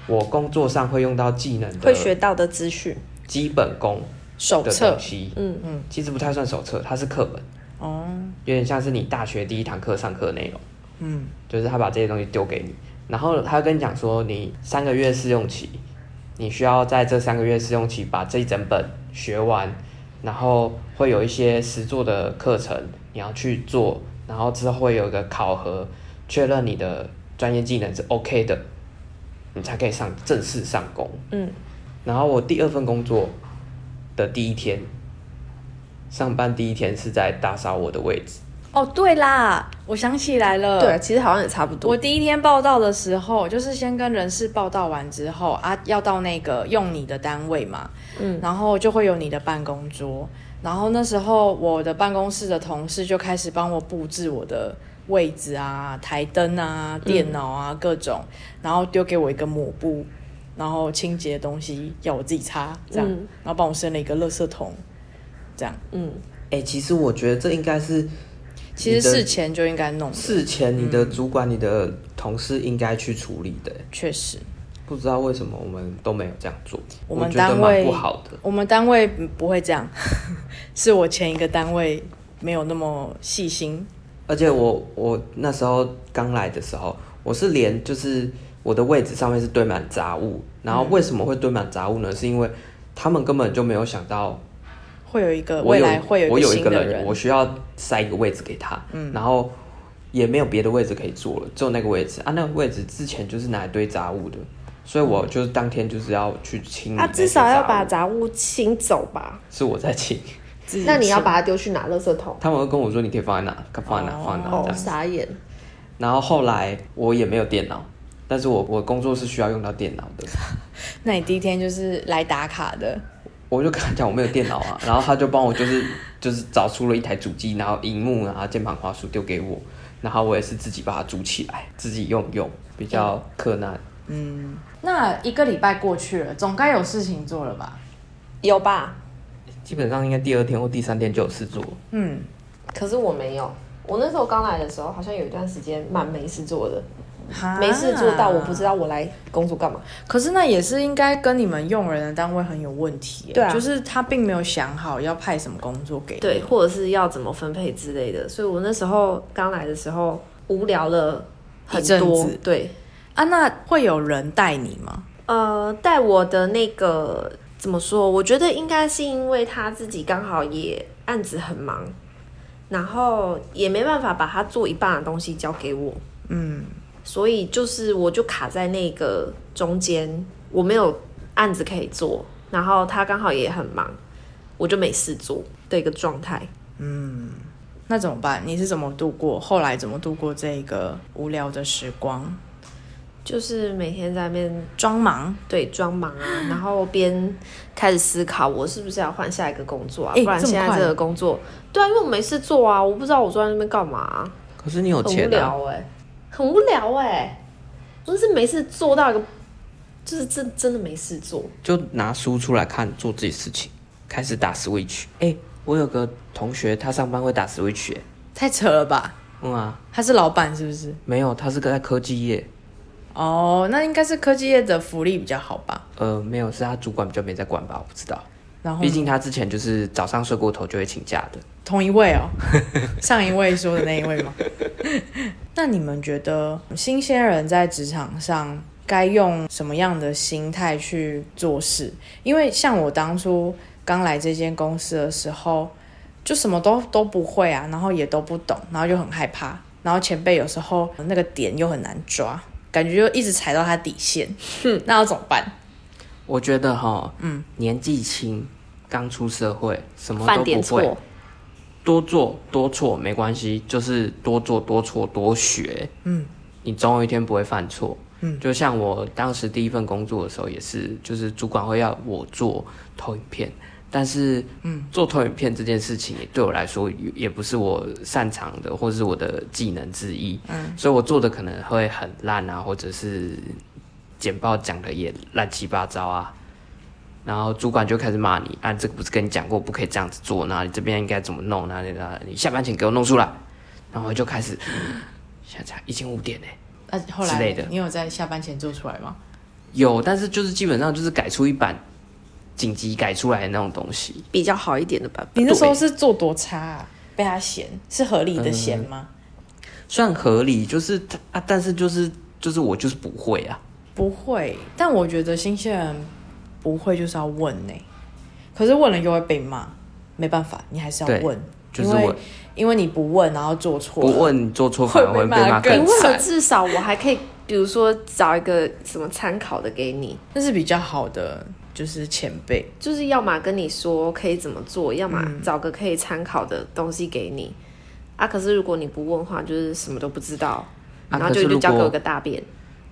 Speaker 1: 我工作上会用到技能
Speaker 2: 会
Speaker 1: 的
Speaker 2: 学到的资讯
Speaker 1: 基本功
Speaker 3: 手
Speaker 1: 的
Speaker 3: 册
Speaker 1: 东西。
Speaker 2: 嗯
Speaker 1: 嗯，其实不太算手册，它是课本，
Speaker 3: 哦，
Speaker 1: 有点像是你大学第一堂课上课的内容。
Speaker 3: 嗯，
Speaker 1: 就是他把这些东西丢给你，然后他跟你讲说，你三个月试用期，你需要在这三个月试用期把这一整本学完，然后会有一些实做的课程你要去做，然后之后会有一个考核，确认你的专业技能是 OK 的，你才可以上正式上工。
Speaker 2: 嗯，
Speaker 1: 然后我第二份工作的第一天，上班第一天是在打扫我的位置。
Speaker 3: 哦对啦，我想起来了，
Speaker 2: 对，。其实好像也差不多。嗯
Speaker 3: 我第一天报道的时候，就是先跟人事报道完之后啊，要到那个用你的单位嘛，嗯，然后就会有你的办公桌，然后那时候我的办公室的同事就开始帮我布置我的位置啊、台灯啊、电脑啊、各种，然后丢给我一个抹布，然后清洁的东西要我自己擦，这样，
Speaker 2: 嗯
Speaker 3: 然后帮我升了一个垃圾桶，这样，
Speaker 2: 嗯，
Speaker 1: 哎、其实我觉得这应该是
Speaker 3: 其实
Speaker 1: 你的
Speaker 3: 事前嗯就应该弄的，
Speaker 1: 事前你的主管、你的同事应该去处理的，
Speaker 3: 确实。
Speaker 1: 不知道为什么我们都没有这样做，
Speaker 3: 我
Speaker 1: 我
Speaker 3: 们
Speaker 1: 觉得
Speaker 3: 单
Speaker 1: 蛮
Speaker 3: 位
Speaker 1: 不好的。
Speaker 3: 我们单位不会这样， 是我前一个单位没有那么细心。
Speaker 1: 而且我我那时候刚来的时候，我是连就是我的位置上面是堆满杂物，然后
Speaker 3: 嗯
Speaker 1: 为什么会堆满杂物呢？是因为他们根本就没有想到
Speaker 3: 会有一个
Speaker 1: 我
Speaker 3: 呃未
Speaker 1: 有
Speaker 3: 来会
Speaker 1: 我
Speaker 3: 一个
Speaker 1: 有一
Speaker 3: 新
Speaker 1: 个
Speaker 3: 的
Speaker 1: 人，我需要塞一个位置给他，然后也没有别的位置可以坐了，只有那个位置啊，那个位置之前就是拿来堆杂物的，所以我就是当天就是要去清理
Speaker 2: 啊，
Speaker 1: 那些
Speaker 2: 至少要把
Speaker 1: 物
Speaker 2: 杂物清走吧。
Speaker 1: 是我在清，
Speaker 3: 自己
Speaker 2: 那你要
Speaker 3: 吃
Speaker 2: 把它丢去哪？垃圾桶？
Speaker 1: 他们会跟我说你可以放在哪，放在哪，放在哪这
Speaker 2: 哦，
Speaker 1: 样子。
Speaker 2: 傻眼。
Speaker 1: 然后后来我也没有电脑，但是我我工作是需要用到电脑的，
Speaker 3: 那你第一天就是来打卡的，
Speaker 1: 我就跟他讲我没有电脑啊， 然后他就帮我就是就是找出了一台主机，然后荧幕啊、键盘、滑鼠丢给我，然后我也是自己把它组起来，自己用用，比较克难。
Speaker 3: 那一个礼拜过去了，总该有事情做了吧？
Speaker 2: 有吧？
Speaker 1: 基本上应该第二天或第三天就有事做，
Speaker 3: 嗯，
Speaker 2: 可是我没有。我那时候刚来的时候，好像有一段时间蛮没事做的，
Speaker 3: 哈
Speaker 2: 没事做到我不知。道我来工作干嘛。
Speaker 3: 可是那也是应该跟你们用人的单位很有问题耶，
Speaker 2: 对啊
Speaker 3: 就是他并没有想好要派什么工作给你。
Speaker 2: 对，或者是要怎么分配之类的。所以我那时候刚来的时候无聊了很
Speaker 3: 一阵
Speaker 2: 多
Speaker 3: 子，
Speaker 2: 对，
Speaker 3: 啊，那会有人带你吗？
Speaker 2: 呃，带我的那个怎么说？我觉得应该是因为他自己刚好也案子很忙，然后也没办法把他做一半的东西交给我，
Speaker 3: 嗯，
Speaker 2: 所以就是我就卡在那个中间，我没有案子可以做，然后他刚好也很忙，我就没事做的一个状态。
Speaker 3: 那怎么办？你是怎么度过？后来怎么度过这个无聊的时光？
Speaker 2: 就是每天在那边
Speaker 3: 装忙，
Speaker 2: 对装忙啊， 然后边开始思考我是不是要换下一个工作啊，
Speaker 3: 诶
Speaker 2: 不然
Speaker 3: 这么
Speaker 2: 现在
Speaker 3: 快
Speaker 2: 这个工作，对啊，因为我没事做啊，我不知道我坐在那边干嘛啊、
Speaker 1: 可是你有
Speaker 2: 很无
Speaker 1: 钱啊，
Speaker 2: 聊哎、很无聊哎、真是没事做到一个，就是真真的没事做，
Speaker 1: 就拿书出来看，做自己事情，开始打 Switch。哎、我有个同学，他上班会打 Switch，、欸、
Speaker 3: 太扯了吧？
Speaker 1: 嗯啊，
Speaker 3: 他是老板是不是？
Speaker 1: 没有，他是个在科技业，
Speaker 3: 哦，那应该是科技业的福利比较好吧？
Speaker 1: 呃，没有，是他主管比较没在管吧，我不知道。
Speaker 3: 然后
Speaker 1: 毕竟他之前就是早上睡过头就会请假的。
Speaker 3: 同一位哦， 上一位说的那一位吗？ 那你们觉得新鲜人在职场上该用什么样的心态去做事？因为像我当初刚来这间公司的时候，就什么都都不会啊，然后也都不懂，然后就很害怕，然后前辈有时候那个点又很难抓，感觉就一直踩到他底线，那要怎么办？
Speaker 1: 我觉得哈，嗯，年纪轻，刚出社会，什么
Speaker 2: 犯
Speaker 1: 都
Speaker 2: 点
Speaker 1: 不会
Speaker 2: 错，，
Speaker 1: 多做多错没关系，就是多做多错多学，嗯，你总有一天不会犯错。嗯，就像我当时第一份工作的时候，也是，就是主管会要我做投影片，但是，嗯，做投影片这件事情也对我来说也也不是我擅长的，或是我的技能之一，嗯，所以我做的可能会很烂啊，或者是简报讲的也乱七八糟啊，然后主管就开始骂你，啊，这个不是跟你讲过不可以这样子做，那你这边应该怎么弄，哪里哪里，你下班前给我弄出来。然后我就开始，嗯现在才已经五点嘞，
Speaker 3: 那、啊后
Speaker 1: 之类
Speaker 3: 来
Speaker 1: 的
Speaker 3: 你有在下班前做出来吗？
Speaker 1: 有，但是就是基本上就是改出一版紧急改出来的那种东西，
Speaker 2: 比较好一点的版本。
Speaker 3: 你那时候是做多差啊？被他嫌是合理的
Speaker 1: 嗯
Speaker 3: 嫌吗？
Speaker 1: 算合理，就是它啊，但是就是就是我就是不会啊，
Speaker 3: 不会，但我觉得新鲜人不会就是要问呢、可是问了又会被骂，没办法，你还是
Speaker 1: 对
Speaker 3: 要问，
Speaker 1: 就是
Speaker 3: 因为
Speaker 1: 问
Speaker 3: 因为你不问然后做错，
Speaker 1: 不，问做错反而会被骂
Speaker 3: 会被
Speaker 1: 更
Speaker 3: 骂
Speaker 2: 为了
Speaker 1: 惨。
Speaker 2: 至少我还可以，比如说找一个什么参考的给你，
Speaker 3: 那是比较好的，就是前辈。
Speaker 2: 就是要么跟你说可以怎么做，要么找个可以参考的东西给你。啊，可是如果你不问的话，就是什么都不知道，
Speaker 1: 啊
Speaker 2: 然后
Speaker 1: 可是
Speaker 2: 就
Speaker 1: 如
Speaker 2: 就
Speaker 1: 果
Speaker 2: 交给我个大便。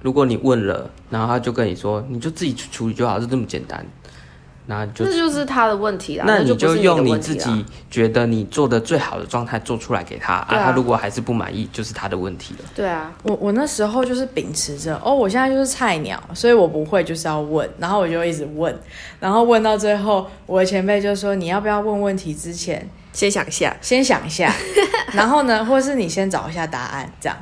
Speaker 1: 如果你问了，然后他就跟你说，你就自己去处理就好，就这么简单，然后你就
Speaker 2: 那就是他的问题啦，那
Speaker 1: 你
Speaker 2: 就不是
Speaker 1: 用
Speaker 2: 你的
Speaker 1: 你
Speaker 2: 问
Speaker 1: 自
Speaker 2: 题啦
Speaker 1: 己觉得你做的最好的状态做出来给他，
Speaker 2: 对啊
Speaker 1: 他如果还是不满意，就是他的问题了。
Speaker 2: 对啊，
Speaker 3: 我我那时候就是秉持着哦，我现在就是菜鸟，所以我不会就是要问，然后我就一直问，然后问到最后，我的前辈就说你要不要问问题之前
Speaker 2: 先想一下，
Speaker 3: 先 想一下，然后呢，或是你先找一下答案，这样。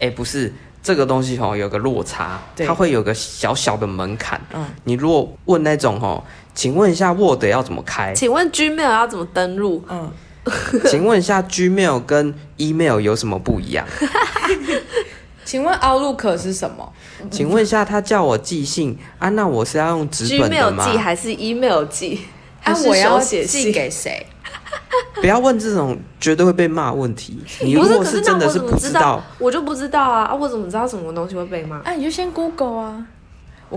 Speaker 1: 哎，不是这个东西哦，有个落差，
Speaker 3: 对
Speaker 1: 它会有个小小的门槛。
Speaker 3: 嗯
Speaker 1: 你如果问那种哦，请问一下 Word 要怎么开？
Speaker 2: 请问 Gmail 要怎么登录？
Speaker 3: 嗯，
Speaker 1: 请问一下 Gmail 跟 Email 有什么不一 样？
Speaker 3: 请问 Outlook 是什么？
Speaker 1: 请问一下，他叫我寄信啊，那我是要用纸本的
Speaker 2: Gmail
Speaker 1: 吗？
Speaker 2: 寄还是 email 寄？还
Speaker 3: 啊，
Speaker 2: 是
Speaker 3: 我要
Speaker 2: 手写
Speaker 3: 寄
Speaker 2: 信？
Speaker 3: 给谁？
Speaker 1: 不要问这种绝对会被骂的问题。你如
Speaker 2: 不是，
Speaker 1: 果
Speaker 2: 可是
Speaker 1: 真
Speaker 2: 那
Speaker 1: 的
Speaker 2: 我
Speaker 1: 是
Speaker 2: 怎
Speaker 1: 不
Speaker 2: 么
Speaker 1: 知
Speaker 2: 知
Speaker 1: 道
Speaker 2: 道？，我就不知道啊！啊，我怎么知道什么东西会被骂？
Speaker 3: 啊，你就先 Google 啊。我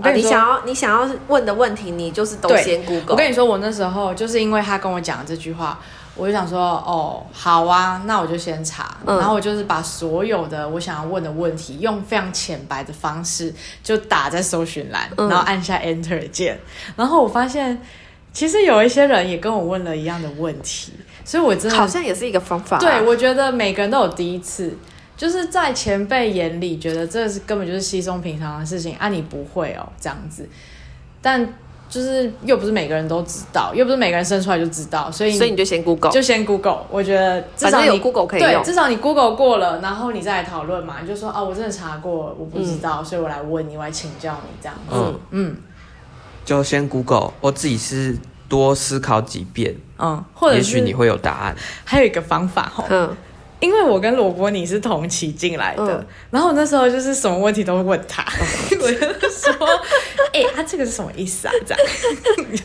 Speaker 2: 我
Speaker 3: 跟
Speaker 2: 你
Speaker 3: 说，
Speaker 2: 想要你想要问的问题，你就是都
Speaker 3: 对
Speaker 2: 先
Speaker 3: 我
Speaker 2: Google。
Speaker 3: 跟你说，我那时候就是因为他跟我讲这句话，我就想说，哦，好啊，那我就先查。
Speaker 2: 嗯
Speaker 3: 然后我就是把所有的我想要问的问题，用非常浅白的方式就打在搜寻栏，
Speaker 2: 嗯
Speaker 3: 然后按下 Enter 键。然后我发现，其实有一些人也跟我问了一样的问题，所以我真的
Speaker 2: 好像也是一个方法、啊
Speaker 3: 对，，我觉得每个人都有第一次，就是在前辈眼里觉得这是根本就是稀松平常的事情啊，你不会哦这样子，但就是又不是每个人都知道，又不是每个人生出来就知道，所以
Speaker 2: 所以你就先 Google。
Speaker 3: 就先 Google，我觉得至
Speaker 2: 反
Speaker 3: 少
Speaker 2: 正
Speaker 3: 你
Speaker 2: 有 Google 可以
Speaker 3: 对，
Speaker 2: 用
Speaker 3: 至少你 Google 过了，然后你再来讨论嘛，你就说啊，我真的查过，我不知
Speaker 2: 嗯
Speaker 3: 道，所以我来问你，我来请教你这样子，
Speaker 1: 嗯
Speaker 3: 嗯
Speaker 1: 就先 Google，我自己是多思考几遍，
Speaker 3: 嗯，或者
Speaker 1: 也许
Speaker 3: 是
Speaker 1: 你会有答案。
Speaker 3: 还有一个方法哦，
Speaker 2: 嗯，
Speaker 3: 因为我跟罗伯你是同期进来的，
Speaker 2: 嗯哦
Speaker 3: 然后我那时候就是什么问题都问他， 我就说，哎、他、这个是什么意思啊？这样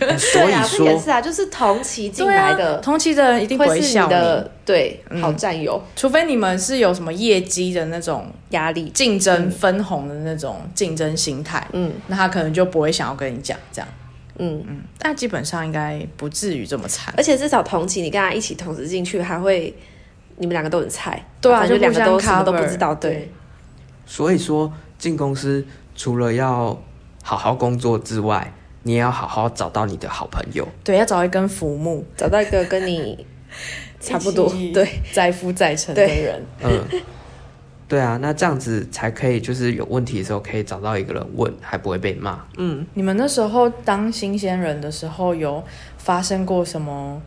Speaker 1: 哎所
Speaker 2: 对
Speaker 1: 以
Speaker 2: 啊，这也是
Speaker 1: 说，
Speaker 2: 啊，就是同期 进来
Speaker 3: 对啊
Speaker 2: 的，
Speaker 3: 同期的人一定不
Speaker 2: 会是
Speaker 3: 笑
Speaker 2: 你嗯
Speaker 3: 你，
Speaker 2: 的对好战友
Speaker 3: 除非你们是有什么业绩的那种
Speaker 2: 压力。
Speaker 3: 竞争分红的那种竞争心态，
Speaker 2: 嗯
Speaker 3: 那他可能就不会想要跟你讲这样，
Speaker 2: 嗯，
Speaker 3: 嗯，但基本上应该不至于这么惨。
Speaker 2: 而且至少同期你跟他一起同时进去，还会你们两个都很菜，
Speaker 3: 对啊
Speaker 2: 反正
Speaker 3: 就
Speaker 2: 两
Speaker 3: 互
Speaker 2: 个都
Speaker 3: 相
Speaker 2: 什么都不
Speaker 3: cover，
Speaker 2: 知道，
Speaker 3: 对
Speaker 2: 对，
Speaker 1: 所以说进公司除了要好好工作之外，你也要好好找到你的好朋友。
Speaker 3: 对，要找一根浮木，
Speaker 2: 找到一个跟你差不多，对，，
Speaker 3: 载浮载沉的
Speaker 2: 对
Speaker 3: 人，
Speaker 1: 嗯，对啊，那这样子才可以，就是有问题的时候可以找到一个人问，还不会被骂。
Speaker 3: 你们那时候当新鲜人的时候，有发生过什么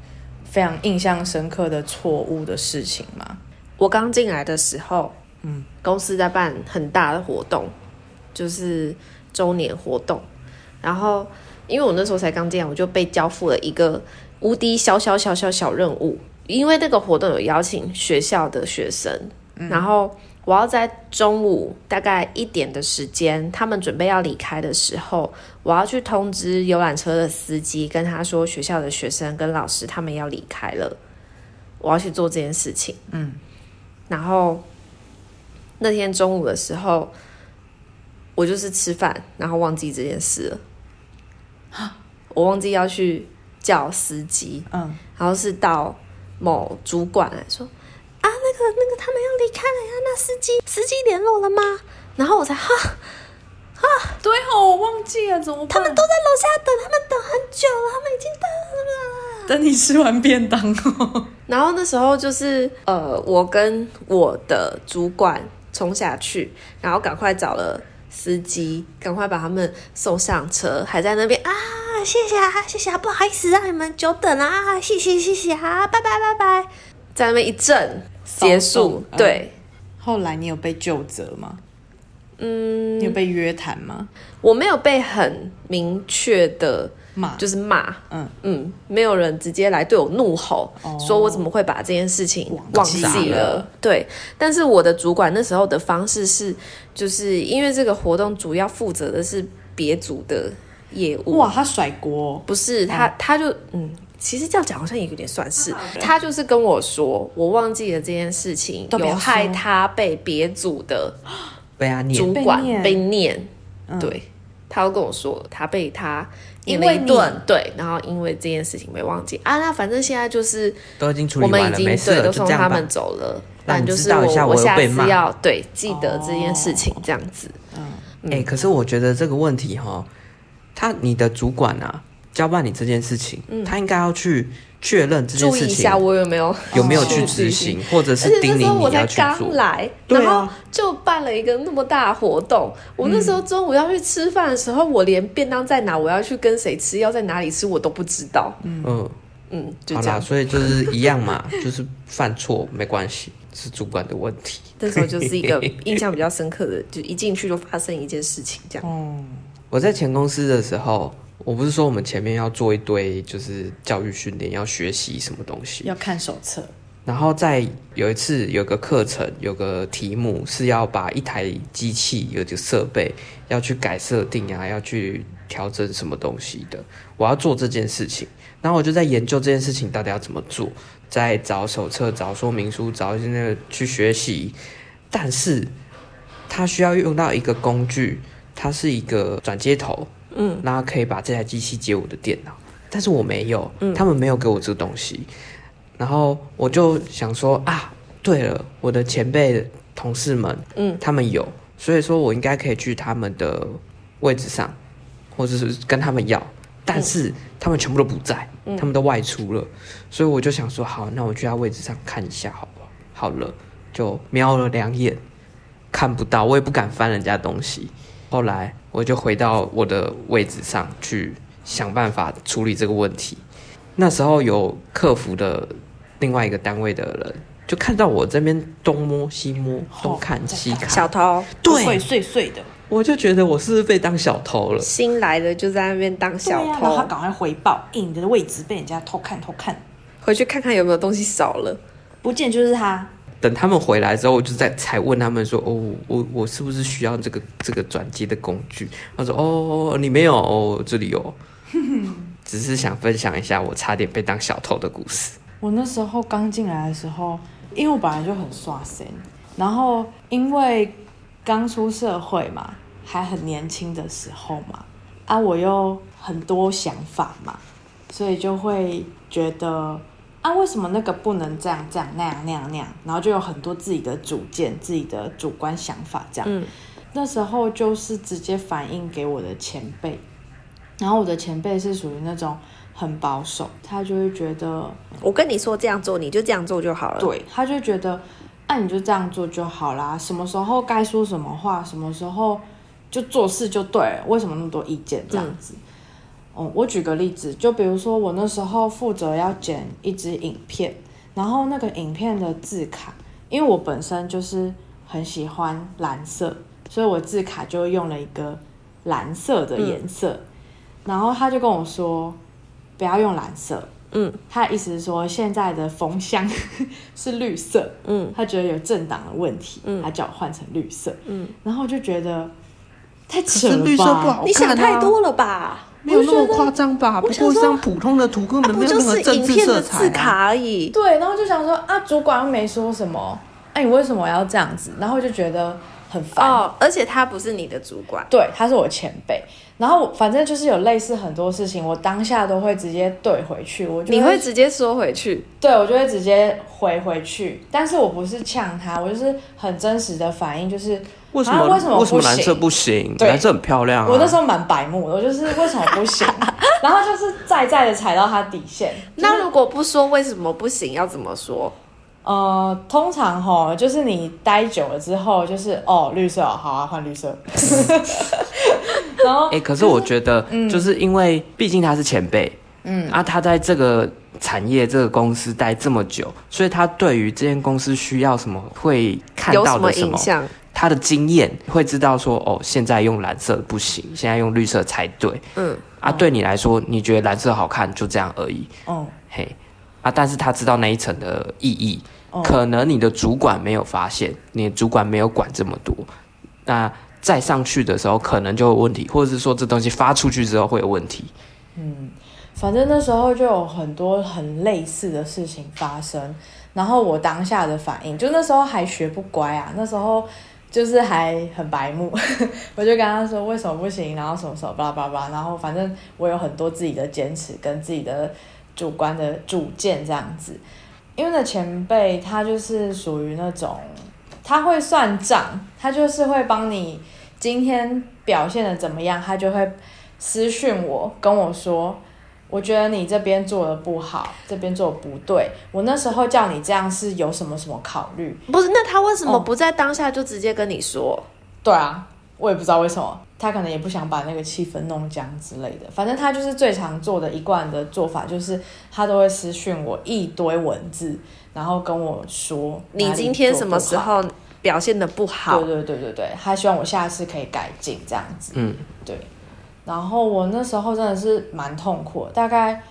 Speaker 3: 非常印象深刻的错误的事情吗？
Speaker 2: 我刚进来的时候，嗯，公司在办很大的活动，就是周年活动。然后，因为我那时候才刚进来，我就被交付了一个无敌小小小小小任务。因为那个活动有邀请学校的学生，然后我要在中午大概一点的时间，他们准备要离开的时候，我要去通知游览车的司机，跟他说学校的学生跟老师他们要离开了，我要去做这件事情。然后那天中午的时候，我就是吃饭，然后忘记这件事了。我忘记要去叫司机，
Speaker 3: 嗯，
Speaker 2: 然后是到某主管来说啊，那个那个他们要离开了呀，那司机司机联络了吗？然后我才哈，
Speaker 3: 对哦，我忘记了，怎么办？
Speaker 2: 他们都在楼下等，他们等很久了，他们已经等了。
Speaker 3: 等你吃完便当哦。
Speaker 2: 然后那时候就是呃，我跟我的主管冲下去，然后赶快找了司机，赶快把他们送上车，还在那边啊，谢谢啊，谢谢啊，不好意思让你们久等啦、啊，谢谢谢谢啊，拜拜拜哦拜，在那边一阵结束，
Speaker 3: 嗯
Speaker 2: 对。
Speaker 3: 后来你有被就责吗？嗯，你有被约谈吗？
Speaker 2: 我没有被很明确的，
Speaker 3: 骂
Speaker 2: 就是骂，
Speaker 3: 嗯
Speaker 2: 嗯，没有人直接来对我怒吼，
Speaker 3: 哦
Speaker 2: 说我怎么会把这件事情
Speaker 3: 忘
Speaker 2: 忘
Speaker 3: 记
Speaker 2: 记
Speaker 3: 了
Speaker 2: 了？对，但是我的主管那时候的方式是，就是因为这个活动主要负责的是别组的业务，
Speaker 3: 哇，，他甩锅、
Speaker 2: 不是他，他就嗯。其实这样讲好像也有点算是，他就是跟我说，我忘记了这件事情，
Speaker 3: 嗯都不要
Speaker 2: 有害
Speaker 3: 说
Speaker 2: 他被别组的
Speaker 1: 被他念
Speaker 2: 主管
Speaker 3: 被念
Speaker 2: 被念，
Speaker 3: 嗯
Speaker 2: 对，他又跟我说他被他念
Speaker 3: 因
Speaker 2: 了
Speaker 3: 为
Speaker 2: 一
Speaker 3: 你
Speaker 2: 顿，对，然后因为这件事情没忘记啊，那反正现在就是
Speaker 1: 都已经处
Speaker 2: 我
Speaker 1: 理
Speaker 2: 们
Speaker 1: 完
Speaker 2: 已
Speaker 1: 了，
Speaker 2: 经
Speaker 1: 没事
Speaker 2: 对
Speaker 1: 了，
Speaker 2: 都
Speaker 1: 就
Speaker 2: 送
Speaker 1: 这
Speaker 2: 他
Speaker 1: 样吧
Speaker 2: 们。走了，
Speaker 1: 让
Speaker 2: 但
Speaker 1: 你
Speaker 2: 就是
Speaker 1: 知道一下
Speaker 2: 我
Speaker 1: 我又
Speaker 2: 下
Speaker 1: 被
Speaker 2: 次
Speaker 1: 骂
Speaker 2: 要对记得这件事情
Speaker 3: 哦
Speaker 2: 这样子，
Speaker 1: 哎、
Speaker 2: 嗯
Speaker 1: 可是我觉得这个问题哈，他你的主管啊，交办你这件事情，他应该要去确认这件
Speaker 2: 嗯注意
Speaker 1: 事
Speaker 2: 一
Speaker 1: 情
Speaker 2: 下我有没有
Speaker 1: 有没有
Speaker 3: 哦
Speaker 1: 去
Speaker 2: 去
Speaker 1: 执
Speaker 2: 执
Speaker 1: 行，或者
Speaker 2: 而
Speaker 1: 是
Speaker 2: 且
Speaker 1: 叮
Speaker 2: 那时候
Speaker 1: 咛
Speaker 2: 我
Speaker 1: 你
Speaker 2: 才
Speaker 1: 要去
Speaker 2: 刚
Speaker 1: 做。
Speaker 2: 来，
Speaker 1: 对啊嗯
Speaker 2: 然后就办了一个那么大的活动。我那时候中午要去吃饭的时候，我连便当在哪，我要去跟谁吃，要在哪里吃，我都不知道。
Speaker 1: 嗯，
Speaker 2: 嗯，就
Speaker 1: 好
Speaker 2: 这样
Speaker 1: 啦，。所以就是一样嘛，就是犯错没关系，是主管的问题。
Speaker 2: 那时候就是一 个印象比较深刻的，就一进去就发生一件事情这样。
Speaker 1: 我在前公司的时候，我不是说我们前面要做一堆就是教育训练，要学习什么东西。
Speaker 3: 要看手册，
Speaker 1: 然后在有一次有个课程，有个题目是要把一台机器有个设备要去改设定啊，要去调整什么东西的。我要做这件事情，然后我就在研究这件事情到底要怎么做，在找手册、找说明书、找一些那个去学习。但是它需要用到一个工具，它是一个转接头，嗯，那可以把这台机器接我的电脑，但是我没有，他们没有给我这个东西，然后我就想说啊，对了，我的前辈同事们，嗯，他们有，所以说我应该可以去他们的位置上，或者是跟他们要，但是他们全部都不在，他们都外出了，所以我就想说，好，那我去他位置上看一下，好不好？好了，就瞄了两眼，看不到，我也不敢翻人家东西。后来我就回到我的位置上去想办法处理这个问题。那时候有客服的另外一个单位的人，就看到我这边东摸西摸，东看西看，
Speaker 2: 偷
Speaker 1: 对
Speaker 3: 碎碎碎的，
Speaker 1: 我就觉得我是不是被当小偷了？
Speaker 2: 新来的就在那边当小
Speaker 3: 对啊然
Speaker 2: 偷，
Speaker 3: 后他赶快回报，欸、你的位置被人家偷看偷看，
Speaker 2: 回去看看有没有东西少了。
Speaker 3: 不见就是他，
Speaker 1: 等他们回来之后，我就在才问他们说，哦，我我是不是需要这个这个转接的工具？他说，哦，你没有，哦，这里 有。只是想分享一下我差点被当小偷的故事。
Speaker 3: 我那时候刚进来的时候，因为我本来就很刷新，然后因为刚出社会嘛，还很年轻的时候嘛，啊，我又很多想法嘛，所以就会觉得啊，为什么那个不能这样这样那样那样那样，然后就有很多自己的主见、自己的主观想法这样。
Speaker 2: 嗯
Speaker 3: 那时候就是直接反映给我的前辈，然后我的前辈是属于那种很保守，他就会觉得
Speaker 2: 我跟你说这样做，你就这样做就好了。，
Speaker 3: 对，他就觉得，那、你就这样做就好啦，什么时候该说什么话，什么时候就做事就对了，为什么那么多意见这样子？哦，我举个例子，就比如说我那时候负责要剪一支影片，然后那个影片的字卡，因为我本身就是很喜欢蓝色，所以我字卡就用了一个蓝色的颜色，然后他就跟我说不要用蓝色，
Speaker 2: 嗯，
Speaker 3: 他的意思是说现在的风向 是绿色，
Speaker 2: 嗯，
Speaker 3: 他觉得有政党的问题，
Speaker 2: 嗯
Speaker 3: 他叫我换成绿色，
Speaker 2: 嗯，
Speaker 3: 然后我就觉得太扯
Speaker 5: 是
Speaker 3: 了吧，
Speaker 5: 绿色不好
Speaker 2: 你想
Speaker 5: 看啊
Speaker 2: 太多了吧？
Speaker 5: 没有那么夸张吧？不
Speaker 2: 我想
Speaker 5: 过
Speaker 2: 说
Speaker 5: 一张普通的图根
Speaker 2: 啊
Speaker 5: 本
Speaker 2: 不
Speaker 5: 没有
Speaker 2: 就
Speaker 5: 任何
Speaker 2: 是
Speaker 5: 政
Speaker 2: 影
Speaker 5: 治
Speaker 2: 片
Speaker 5: 色
Speaker 2: 的
Speaker 5: 彩
Speaker 2: 字
Speaker 5: 啊。
Speaker 2: 卡而已？
Speaker 3: 对，然后就想说啊，主管又没说什么，哎、你为什么要这样子？然后我就觉得很烦。
Speaker 2: 哦，而且他不是你的主管，
Speaker 3: 对，他是我前辈，然后反正就是有类似很多事情，我当下都会直接怼回去，我就
Speaker 4: 你会直接缩回去，
Speaker 3: 对我就会直接回回去，但是我不是呛他，我就是很真实的反应，就是
Speaker 5: 为什
Speaker 3: 啊、
Speaker 5: 么？
Speaker 3: 为什么
Speaker 5: 为什么
Speaker 3: 不行
Speaker 5: 蓝色不行？
Speaker 3: 对
Speaker 5: 蓝色很漂亮啊！
Speaker 3: 我那时候蛮白目的，我就是为什么不行， 然后就是再再的踩到他底线。
Speaker 2: 那如果不说为什么不行，要怎么说？
Speaker 3: 呃，通常吼，就是你待久了之后，就是哦，绿色哦好啊，换绿色。然后
Speaker 1: 哎、可是
Speaker 3: 嗯
Speaker 1: 我觉得，就是因为毕竟他是前辈，嗯啊，他在这个产业、这个公司待这么久，所以他对于这间公司需要什么会看
Speaker 2: 有
Speaker 1: 到
Speaker 2: 么
Speaker 1: 的什
Speaker 2: 影
Speaker 1: 么，
Speaker 2: 响？
Speaker 1: 他的经验会知道说，哦，现在用蓝色不行，现在用绿色才对。
Speaker 2: 嗯，
Speaker 1: 啊，对你来说，你觉得蓝色好看，就这样而已。
Speaker 3: 嗯，
Speaker 1: 嘿，啊，但是他知道那一层的意义，
Speaker 3: 哦
Speaker 1: 可能你的主管没有发现，你的主管没有管这么多，那再上去的时候可能就有问题，或者是说这东西发出去之后会有问题。
Speaker 3: 反正那时候就有很多很类似的事情发生，然后我当下的反应，就那时候还学不乖啊，那时候就是还很白目， 我就跟他说为什么不行，然后什么什么巴拉巴拉巴拉，然后反正我有很多自己的坚持跟自己的主观的主见这样子，因为那前辈他就是属于那种他会算账，他就是会帮你今天表现的怎么样，他就会私讯我跟我说。我觉得你这边做的不好，这边做的不对。我那时候叫你这样是有什么什么考虑？
Speaker 2: 不是，那他为什么
Speaker 3: 哦
Speaker 2: 不在当下就直接跟你说？
Speaker 3: 对啊，我也不知道为什么，他可能也不想把那个气氛弄僵之类的。反正他就是最常做的一贯的做法，就是他都会私讯我一堆文字，然后跟我说
Speaker 2: 你今天什么时
Speaker 3: 哪里
Speaker 2: 候表现的不
Speaker 3: 做
Speaker 2: 好
Speaker 3: 不好？？对对对对对，他希望我下次可以改进这样子。
Speaker 1: 嗯，
Speaker 3: 对。然后我那时候真的是蛮痛苦的，大概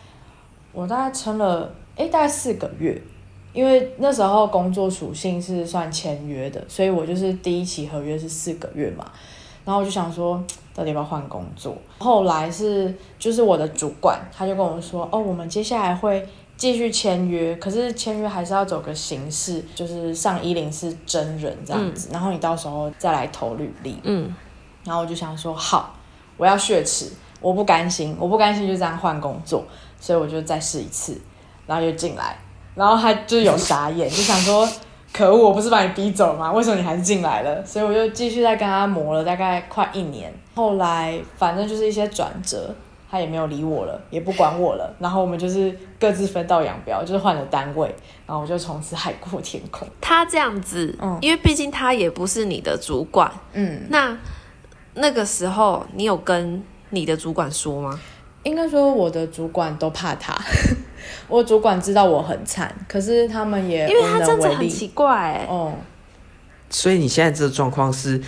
Speaker 3: 我大概撑了诶，大概四个月，因为那时候工作属性是算签约的，所以我就是第一期合约是四个月嘛。然后我就想说，到底要不要换工作？后来是就是我的主管他就跟我说，哦，我们接下来会继续签约，可是签约还是要走个形式，就是上一零四真人这样子，然后你到时候再来投履历。
Speaker 2: 嗯，
Speaker 3: 然后我就想说，好，我要血池，我不甘心，我不甘心就这样换工作，所以我就再试一次，然后又进来，然后他就是有傻眼，就想说，可恶，我不是把你逼走吗？为什么你还是进来了？所以我就继续再跟他磨了大概快一年，后来反正就是一些转折。他也没有理我了，也不管我了，然后我们就是各自分道扬镳，就是换了单位，然后我就从此海阔天空。
Speaker 2: 他这样子，
Speaker 3: 嗯
Speaker 2: 因为毕竟他也不是你的主管，
Speaker 3: 嗯，
Speaker 2: 那那个时候你有跟你的主管说吗？
Speaker 3: 应该说我的主管都怕他， 我主管知道我很惨，可是他们也
Speaker 2: 因为他
Speaker 3: 无
Speaker 2: 这
Speaker 3: 能
Speaker 2: 样子
Speaker 3: 为
Speaker 2: 很
Speaker 3: 力。
Speaker 2: 奇怪、欸，
Speaker 3: 哦，
Speaker 1: 所以你现在这个状况是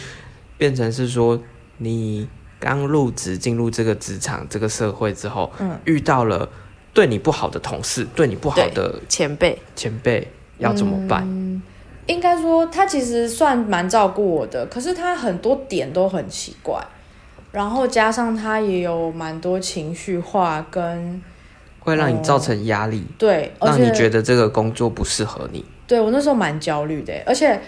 Speaker 1: 变成是说你刚入职进入这个职场这个社会之后，
Speaker 3: 嗯
Speaker 1: 遇到了对你不好的同事，对你不好的
Speaker 2: 前辈，
Speaker 1: 前辈，要怎么办？
Speaker 3: 嗯，应该说他其实算蛮照顾我的，可是他很多点都很奇怪，然后加上他也有蛮多情绪化跟
Speaker 1: 会让你造成压力，
Speaker 3: 对，而
Speaker 1: 让
Speaker 3: 且
Speaker 1: 你觉得这个工作不适合你。
Speaker 3: 对我那时候蛮焦虑的，欸而且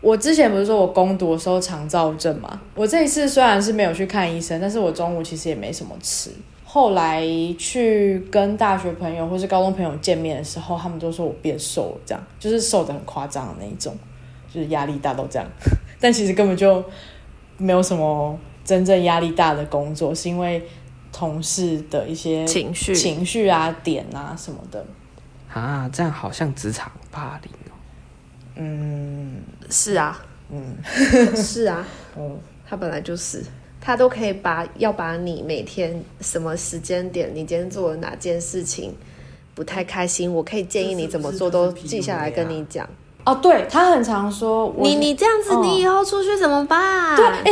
Speaker 3: 我之前不是说我攻读的时候肠燥症嘛，我这一次虽然是没有去看医生，但是我中午其实也没什么吃。后来去跟大学朋友或是高中朋友见面的时候，他们都说我变瘦了，这样就是瘦的很夸张的那一种，就是压力大到这样。 但其实根本就没有什么真正压力大的工作，是因为同事的一些
Speaker 2: 情绪
Speaker 3: 情绪啊、点啊什么的。
Speaker 1: 啊，这样好像职场霸凌哦。
Speaker 2: 是啊，嗯， 是啊，他本来就是，他都可以把要把你每天什么时间点，你今天做了哪件事情不太开心，我可以建议你怎么做，都记下来跟你讲。
Speaker 3: 哦，对他很常说我
Speaker 2: 你你这样子，
Speaker 3: 哦
Speaker 2: 你以后出去怎么办？
Speaker 3: 对，哎、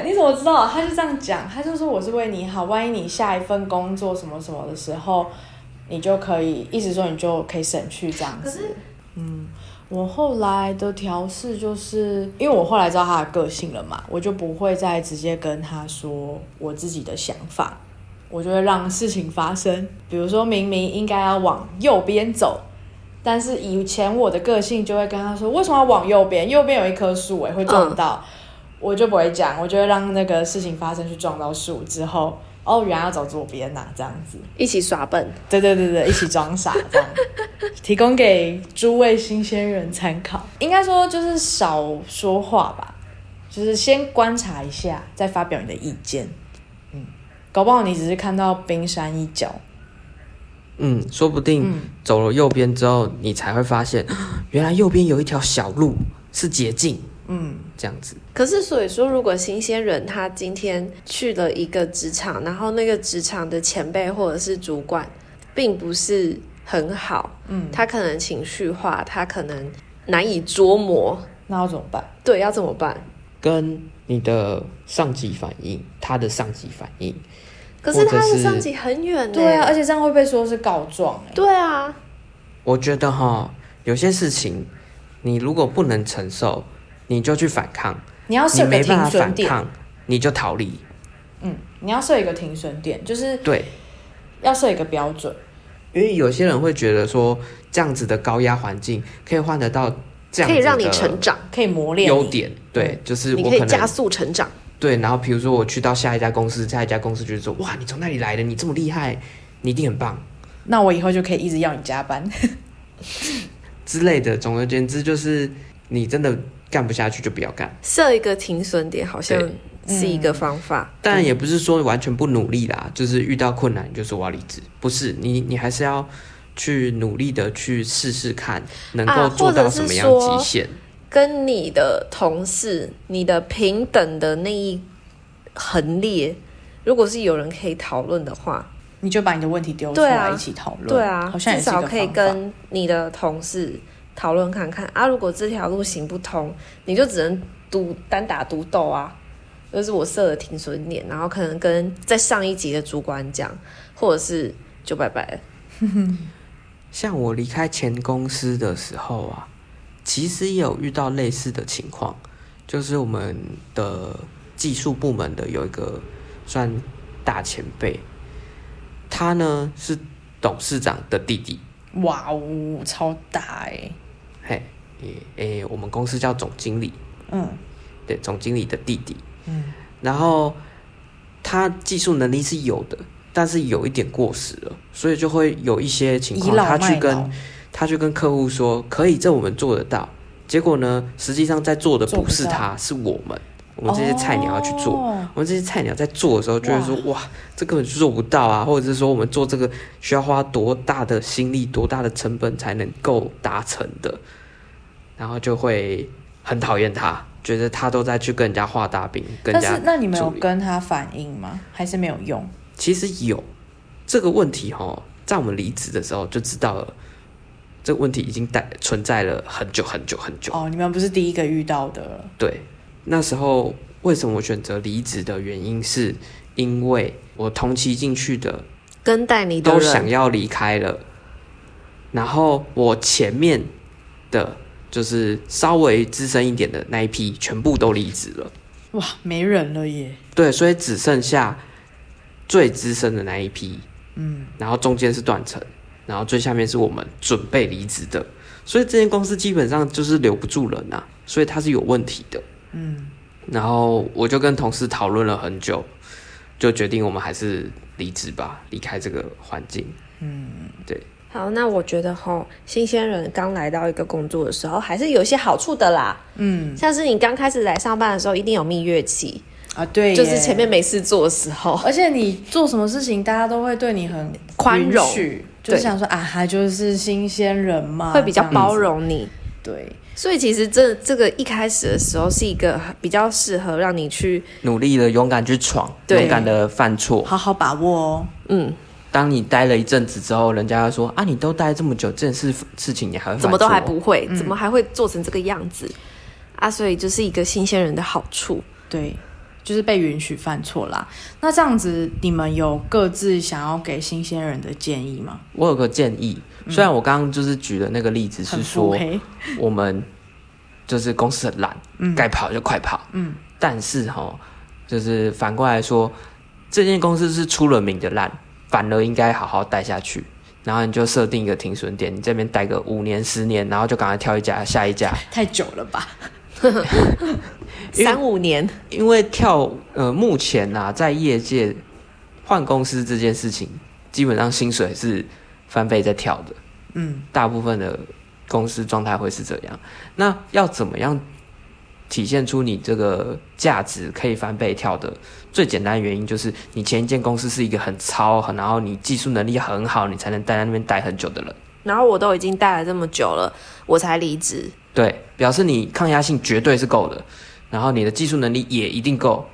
Speaker 3: 对，你怎么知道？他就这样讲，他就说我是为你好，万一你下一份工作什么什么的时候，你就可以，意思说你就可以省去这样子。嗯，我后来的调试就是，因为我后来知道他的个性了嘛，我就不会再直接跟他说我自己的想法，我就会让事情发生。比如说明明应该要往右边走，但是以前我的个性就会跟他说，为什么要往右边？右边有一棵树、欸，哎，会撞到。我就不会讲，我就会让那个事情发生去撞到树之后，哦，原来要走左边呐、这样子。
Speaker 2: 一起耍笨。
Speaker 3: 对对对对，一起装傻这样，提供给诸位新鲜人参考。应该说就是少说话吧，就是先观察一下，再发表你的意见。嗯，搞不好你只是看到冰山一角，
Speaker 1: 嗯，说不定走了右边之后，你才会发现，原来右边有一条小路是捷径。嗯，这样子，
Speaker 2: 可是所以说，如果新鲜人他今天去了一个职场，然后那个职场的前辈或者是主管，并不是很好，嗯，他可能情绪化，他可能难以捉摸，
Speaker 3: 那要怎么办？
Speaker 2: 对，要怎么办？
Speaker 1: 跟你的上级反应，他的上级反应，
Speaker 2: 可是他
Speaker 1: 或者
Speaker 2: 的
Speaker 1: 是
Speaker 2: 上级很远呢、
Speaker 3: 对啊，而且这样会被说是告状、欸，
Speaker 2: 对啊，
Speaker 1: 我觉得哈，有些事情你如果不能承受，你就去反抗，
Speaker 3: 你要
Speaker 1: 你
Speaker 3: 设个
Speaker 1: 没办
Speaker 3: 停
Speaker 1: 法
Speaker 3: 损
Speaker 1: 反
Speaker 3: 点，
Speaker 1: 抗，你就逃离。
Speaker 3: 嗯，你要设一个停损点，
Speaker 2: 嗯
Speaker 3: 就是
Speaker 1: 对，
Speaker 3: 要设一个标准。
Speaker 1: 因为有些人会觉得说，这样子的高压环境可以换得到这样子
Speaker 2: 可以
Speaker 1: 的
Speaker 2: 让你成长，
Speaker 3: 可以磨练你
Speaker 1: 优，点，对，就是
Speaker 2: 嗯你
Speaker 1: 我
Speaker 2: 可以
Speaker 1: 可
Speaker 2: 加
Speaker 1: 能
Speaker 2: 速成长。
Speaker 1: 对，然后比如说我去到下一家公司，下一家公司就是说，哇，你从那里来的，你这么厉害，你一定很棒
Speaker 3: 那我以后就可以一直要你加班。
Speaker 1: 之类的。总而言之，就是你真的干不下去就不要干，
Speaker 2: 设一个停损点好像
Speaker 1: 对嗯
Speaker 2: 是一个方法。
Speaker 1: 当然也不是说完全不努力啦，就是遇到困难你就说我要离职，不是你你还是要去努力的去试试看，能
Speaker 2: 啊
Speaker 1: 够做
Speaker 2: 或者
Speaker 1: 到
Speaker 2: 是
Speaker 1: 什么样
Speaker 2: 说
Speaker 1: 极限。
Speaker 2: 跟你的同事、你的平等的那一横列，如果是有人可以讨论的话，
Speaker 3: 你就把你的问题丢出
Speaker 2: 对
Speaker 3: 来
Speaker 2: 啊
Speaker 3: 一起讨论，
Speaker 2: 对啊，
Speaker 3: 好像也
Speaker 2: 至
Speaker 3: 是一个
Speaker 2: 少可以
Speaker 3: 方法
Speaker 2: 跟你的同事讨论看看啊。如果这条路行不通，你就只能独单打独斗啊。就是我设的停损点，然后可能跟在上一级的主管讲，或者是就拜拜了。
Speaker 1: 像我离开前公司的时候啊，其实也有遇到类似的情况，就是我们的技术部门的有一个算大前辈，他呢是董事长的弟弟，
Speaker 3: 哇哦，超大哎、欸，
Speaker 1: 嘿，诶、诶、我们公司叫总经理，
Speaker 3: 嗯，
Speaker 1: 对，总经理的弟弟，嗯，然后他技术能力是有的，但是有一点过时了，所以就会有一些情
Speaker 3: 倚
Speaker 1: 况，
Speaker 3: 老
Speaker 1: 他去
Speaker 3: 卖
Speaker 1: 跟
Speaker 3: 老，
Speaker 1: 他就跟客户说：“可以，这我们做得到。”结果呢，实际上在做的
Speaker 3: 做
Speaker 1: 不
Speaker 3: 不
Speaker 1: 是
Speaker 3: 到
Speaker 1: 他，是我们，我们这些菜鸟要去做。
Speaker 3: 哦
Speaker 1: 我们这些菜鸟在做的时候，就会说：“哇，这根本就做不到啊！”或者是说，我们做这个需要花多大的心力、多大的成本才能够达成的，然后就会很讨厌他，觉得他都在去跟人家画大饼，跟人
Speaker 3: 但
Speaker 1: 家
Speaker 3: 是那你们有
Speaker 1: 助理
Speaker 3: 跟他反映吗？还是没有用？
Speaker 1: 其实有这个问题哈、在我们离职的时候就知道了，这个问题已经带存在了很久很久很久。
Speaker 3: 哦，你们不是第一个遇到的了，
Speaker 1: 对，那时候为什么我选择离职的原因，是因为我同期进去的
Speaker 2: 跟带你的
Speaker 1: 都想
Speaker 2: 人，
Speaker 1: 要离开了，然后我前面的，
Speaker 6: 就是稍微资深一点的那一批全部都离职了。
Speaker 3: 哇，啊没人了耶！
Speaker 6: 对，所以只剩下最资深的那一批，嗯，然后中间是断层，然后最下面是我们准备离职的，所以这间公司基本上就是留不住人啊，所以它是有问题的，嗯。然后我就跟同事讨论了很久，就决定我们还是离职吧，离开这个环境。
Speaker 2: 好，那我觉得吼，新鲜人刚来到一个工作的时候，还是有一些好处的啦。嗯，像是你刚开始来上班的时候，一定有蜜月期，
Speaker 3: 啊，对耶，
Speaker 2: 就是前面哦没事做的时候。
Speaker 3: 而且你做什么事情，大家都会对你很
Speaker 2: 宽容
Speaker 3: 允许就
Speaker 2: 对
Speaker 3: 是想说啊，他就是新鲜人嘛，
Speaker 2: 会比较
Speaker 3: 啊这样子
Speaker 2: 包。容你，
Speaker 3: 对，
Speaker 2: 所以其实这这个一开始的时候是一个比较适合让你去
Speaker 1: 努力的勇敢去闯，
Speaker 2: 对
Speaker 1: 勇敢的犯错。
Speaker 3: 好好把握哦。
Speaker 2: 嗯，
Speaker 1: 当你待了一阵子之后，人家会说啊，你都待这么久，这件事事情你还会犯
Speaker 2: 怎么都
Speaker 1: 错
Speaker 2: 还不会，
Speaker 3: 嗯
Speaker 2: 怎么还会做成这个样子啊？所以就是一个新鲜人的好处。
Speaker 3: 对，就是被允许犯错啦。那这样子，你们有各自想要给新鲜人的建议吗？
Speaker 1: 我有个建议，
Speaker 2: 嗯
Speaker 1: 虽然我刚刚就是举的那个例子是
Speaker 3: 很
Speaker 1: 说
Speaker 3: 腹黑
Speaker 1: 我们就是公司很懒，
Speaker 2: 嗯
Speaker 1: 该跑就快跑，嗯，但是哈、就是反过来说，这间公司是出了名的烂，反而应该好好待下去。然后你就设定一个停损点，你这边待个五年、十年，然后就赶快跳一家、下一家，
Speaker 3: 太久了吧？
Speaker 2: 三五年，
Speaker 1: 因为跳呃，目前啊，在业界换公司这件事情，基本上薪水是翻倍在跳的。
Speaker 3: 嗯，
Speaker 1: 大部分的公司状态会是这样。那要怎么样体现出你这个价值可以翻倍跳的？最简单的原因就是你前一间公司是一个很超，很然后你技术能力很好，你才能待在那边待很久的人。
Speaker 2: 然后我都已经待了这么久了，我才离职。
Speaker 1: 对，表示你抗压性绝对是够的，然后你的技术能力也一定够，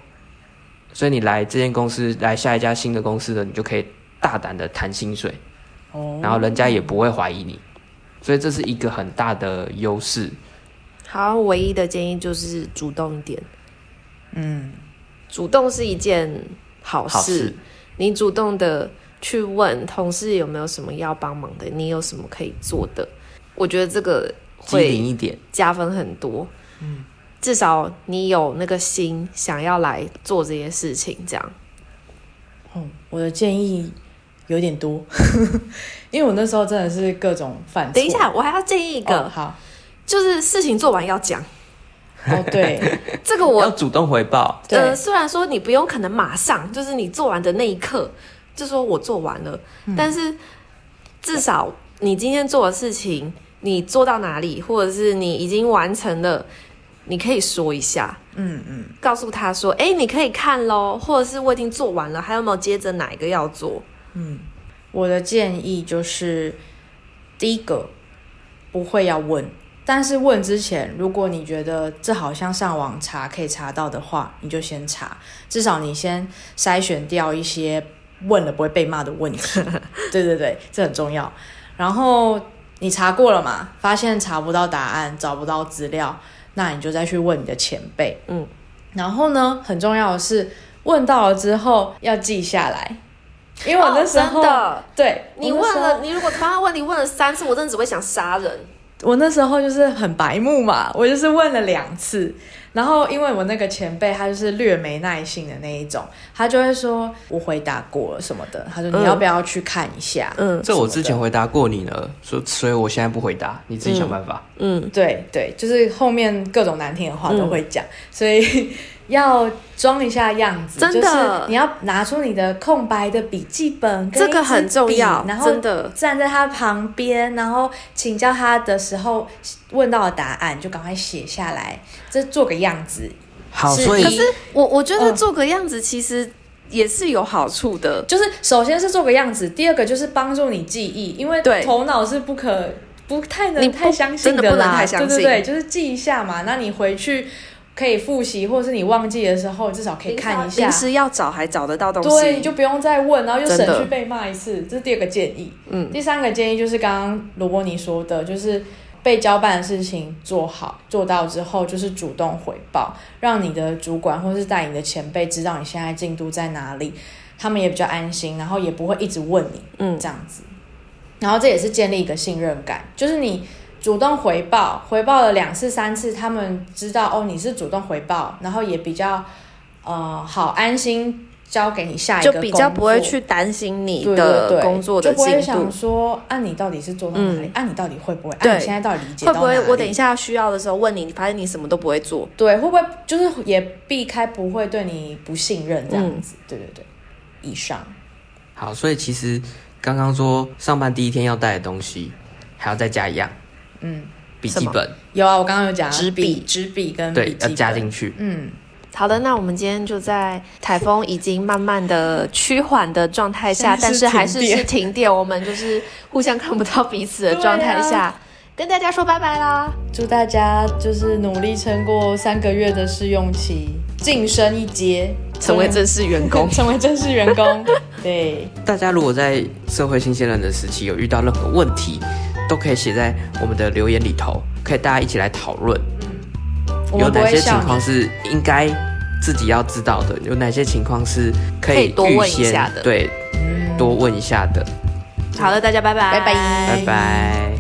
Speaker 1: 所以你来这间公司，来下一家新的公司的，你就可以大胆的谈薪水，
Speaker 3: 哦，
Speaker 1: 然后人家也不会怀疑你，所以这是一个很大的优势。
Speaker 2: 好，唯一的建议就是主动一点，
Speaker 3: 嗯，
Speaker 2: 主动是一件
Speaker 3: 哦
Speaker 2: 好事。
Speaker 1: 好事，
Speaker 2: 你主动的去问同事有没有什么要帮忙的，你有什么可以做的，我觉得这个
Speaker 1: 机
Speaker 2: 会
Speaker 1: 灵一点，
Speaker 2: 加分很多。嗯，至少你有那个心想要来做这些事情，这样。
Speaker 3: 哦，我的建议有点多，因为我那时候真的是各种犯错。
Speaker 2: 等一下，我还要建议一个，
Speaker 3: 哦好，
Speaker 2: 就是事情做完要讲。
Speaker 3: 哦对，
Speaker 2: 这个
Speaker 1: 要
Speaker 2: 我
Speaker 1: 主动回报，
Speaker 3: 对
Speaker 2: 呃，虽然说你不用可能马上，就是你做完的那一刻就说我做完了，
Speaker 3: 嗯
Speaker 2: 但是至少你今天做的事情，你做到哪里，或者是你已经完成了，你可以说一下。
Speaker 3: 嗯嗯，
Speaker 2: 告诉他说：“哎、你可以看喽，或者是我已经做完了，还有没有接着哪一个要做？
Speaker 3: 我的建议就是，第一个不会要问，但是问之前，如果你觉得这好像上网查可以查到的话，你就先查，至少你先筛选掉一些问了不会被骂的问 题。对对对，这很重要。然后你查过了嘛？发现查不到答案，找不到资料，那你就再去问你的前辈。
Speaker 2: 嗯，
Speaker 3: 然后呢，很重要的是问到了之后要记下来。因为我那时候、
Speaker 2: 哦真的
Speaker 3: 对，
Speaker 2: 你
Speaker 3: 我那时
Speaker 2: 问
Speaker 3: 候
Speaker 2: 了，你如果同样问题问了三次，我真的只会想杀人。
Speaker 3: 我那时候就是很白目嘛，我就是问了两次，然后因为我那个前辈他就是略没耐性的那一种，他就会说我回答过了什么的，他说你要不要去看一下？
Speaker 2: 嗯
Speaker 1: 这我之前回答过你了，所以所以我现在不回答，你自己想办法。
Speaker 2: 嗯，
Speaker 3: 对对，就是后面各种难听的话都会讲，所以 要装一下样子，
Speaker 2: 真的
Speaker 3: 就是你要拿出你的空白的笔记本跟一支
Speaker 2: 这
Speaker 3: 笔，
Speaker 2: 个很重要
Speaker 3: 然后
Speaker 2: 真的
Speaker 3: 站在他旁边，然后请教他的时候问到的答案就赶快写下来，这做个样子。
Speaker 1: 好，
Speaker 3: 是
Speaker 1: 所以
Speaker 3: 可是
Speaker 2: 我我觉得
Speaker 3: 嗯
Speaker 2: 做个样子其实也是有好处的。
Speaker 3: 就是首先是做个样子，第二个就是帮助你记忆，因为
Speaker 2: 对
Speaker 3: 头脑是不可不太
Speaker 2: 你
Speaker 3: 能
Speaker 2: 不
Speaker 3: 太相信
Speaker 2: 真的不能
Speaker 3: 啦，
Speaker 2: 太相信
Speaker 3: 对对对，就是记一下嘛。那你回去可以复习，或者是你忘记的时候，至少可以看一下
Speaker 2: 临。时要找还找得到东西，
Speaker 3: 对，你就不用再问，然后又省
Speaker 2: 真的
Speaker 3: 去被骂一次，这是第二个建议。
Speaker 2: 嗯
Speaker 3: 第三个建议就是刚刚罗伯尼说的，就是被交办的事情做好做到之后，就是主动回报，让你的主管或是带你的前辈知道你现在进度在哪里，他们也比较安心，然后也不会一直问你，
Speaker 2: 嗯
Speaker 3: 这样子。然后这也是建立一个信任感，就是你主动回报，回报了两次三次，他们知道哦你是主动回报，然后也比较呃好安心交给你下一
Speaker 2: 就
Speaker 3: 个
Speaker 2: 比较
Speaker 3: 工
Speaker 2: 不会
Speaker 3: 作
Speaker 2: 去担心你
Speaker 3: 对对
Speaker 2: 的
Speaker 3: 对
Speaker 2: 工作的
Speaker 3: 就不
Speaker 2: 进
Speaker 3: 会
Speaker 2: 度
Speaker 3: 想。说啊你到底是做到哪里，啊你到底会不会，啊
Speaker 2: 对
Speaker 3: 你现在到底理解
Speaker 2: 会
Speaker 3: 到
Speaker 2: 不会
Speaker 3: 哪
Speaker 2: 我
Speaker 3: 里
Speaker 2: 等一下需要的时候问你，发现你什么都不会做？
Speaker 3: 对，会不会就是也避开不会对你不信任这样
Speaker 2: 嗯
Speaker 3: 子？对对对，以上
Speaker 1: 好，所以其实刚刚说上班第一天要带的东西，还要再加一样，
Speaker 3: 嗯，
Speaker 1: 笔
Speaker 2: 什
Speaker 1: 记
Speaker 2: 么
Speaker 1: 本，
Speaker 3: 有啊，我刚刚有讲啊
Speaker 2: 纸笔
Speaker 3: 纸笔跟嗯笔
Speaker 1: 对，
Speaker 3: 记
Speaker 1: 要加
Speaker 3: 本
Speaker 1: 进去。
Speaker 3: 嗯，
Speaker 2: 好的，那我们今天就在台风已经慢慢的趋缓的状态下，
Speaker 3: 现在
Speaker 2: 但
Speaker 3: 是
Speaker 2: 是还是
Speaker 3: 停电
Speaker 2: 是停电，我们就是互相看不到彼此的
Speaker 3: 对啊
Speaker 2: 状态下， 跟大家说拜拜啦。
Speaker 3: 祝大家就是努力撑过三个月的试用期，晋升一阶，。
Speaker 2: 成为正式员工
Speaker 3: 成为正式员工。对，
Speaker 1: 大家如果在社会新鲜人的时期有遇到任何问题，都可以写在我们的留言里头，可以大家一起来讨论。
Speaker 3: 我
Speaker 1: 有
Speaker 3: 们不
Speaker 1: 哪
Speaker 3: 会
Speaker 1: 些情
Speaker 3: 笑
Speaker 1: 况
Speaker 3: 你。
Speaker 1: 是应该自己要知道的？有哪些情况是可以
Speaker 2: 可以多问一
Speaker 1: 预先
Speaker 2: 下的
Speaker 3: 嗯
Speaker 1: 对，多问一下的。
Speaker 2: 好了，大家拜拜，
Speaker 3: 拜拜
Speaker 1: 拜拜。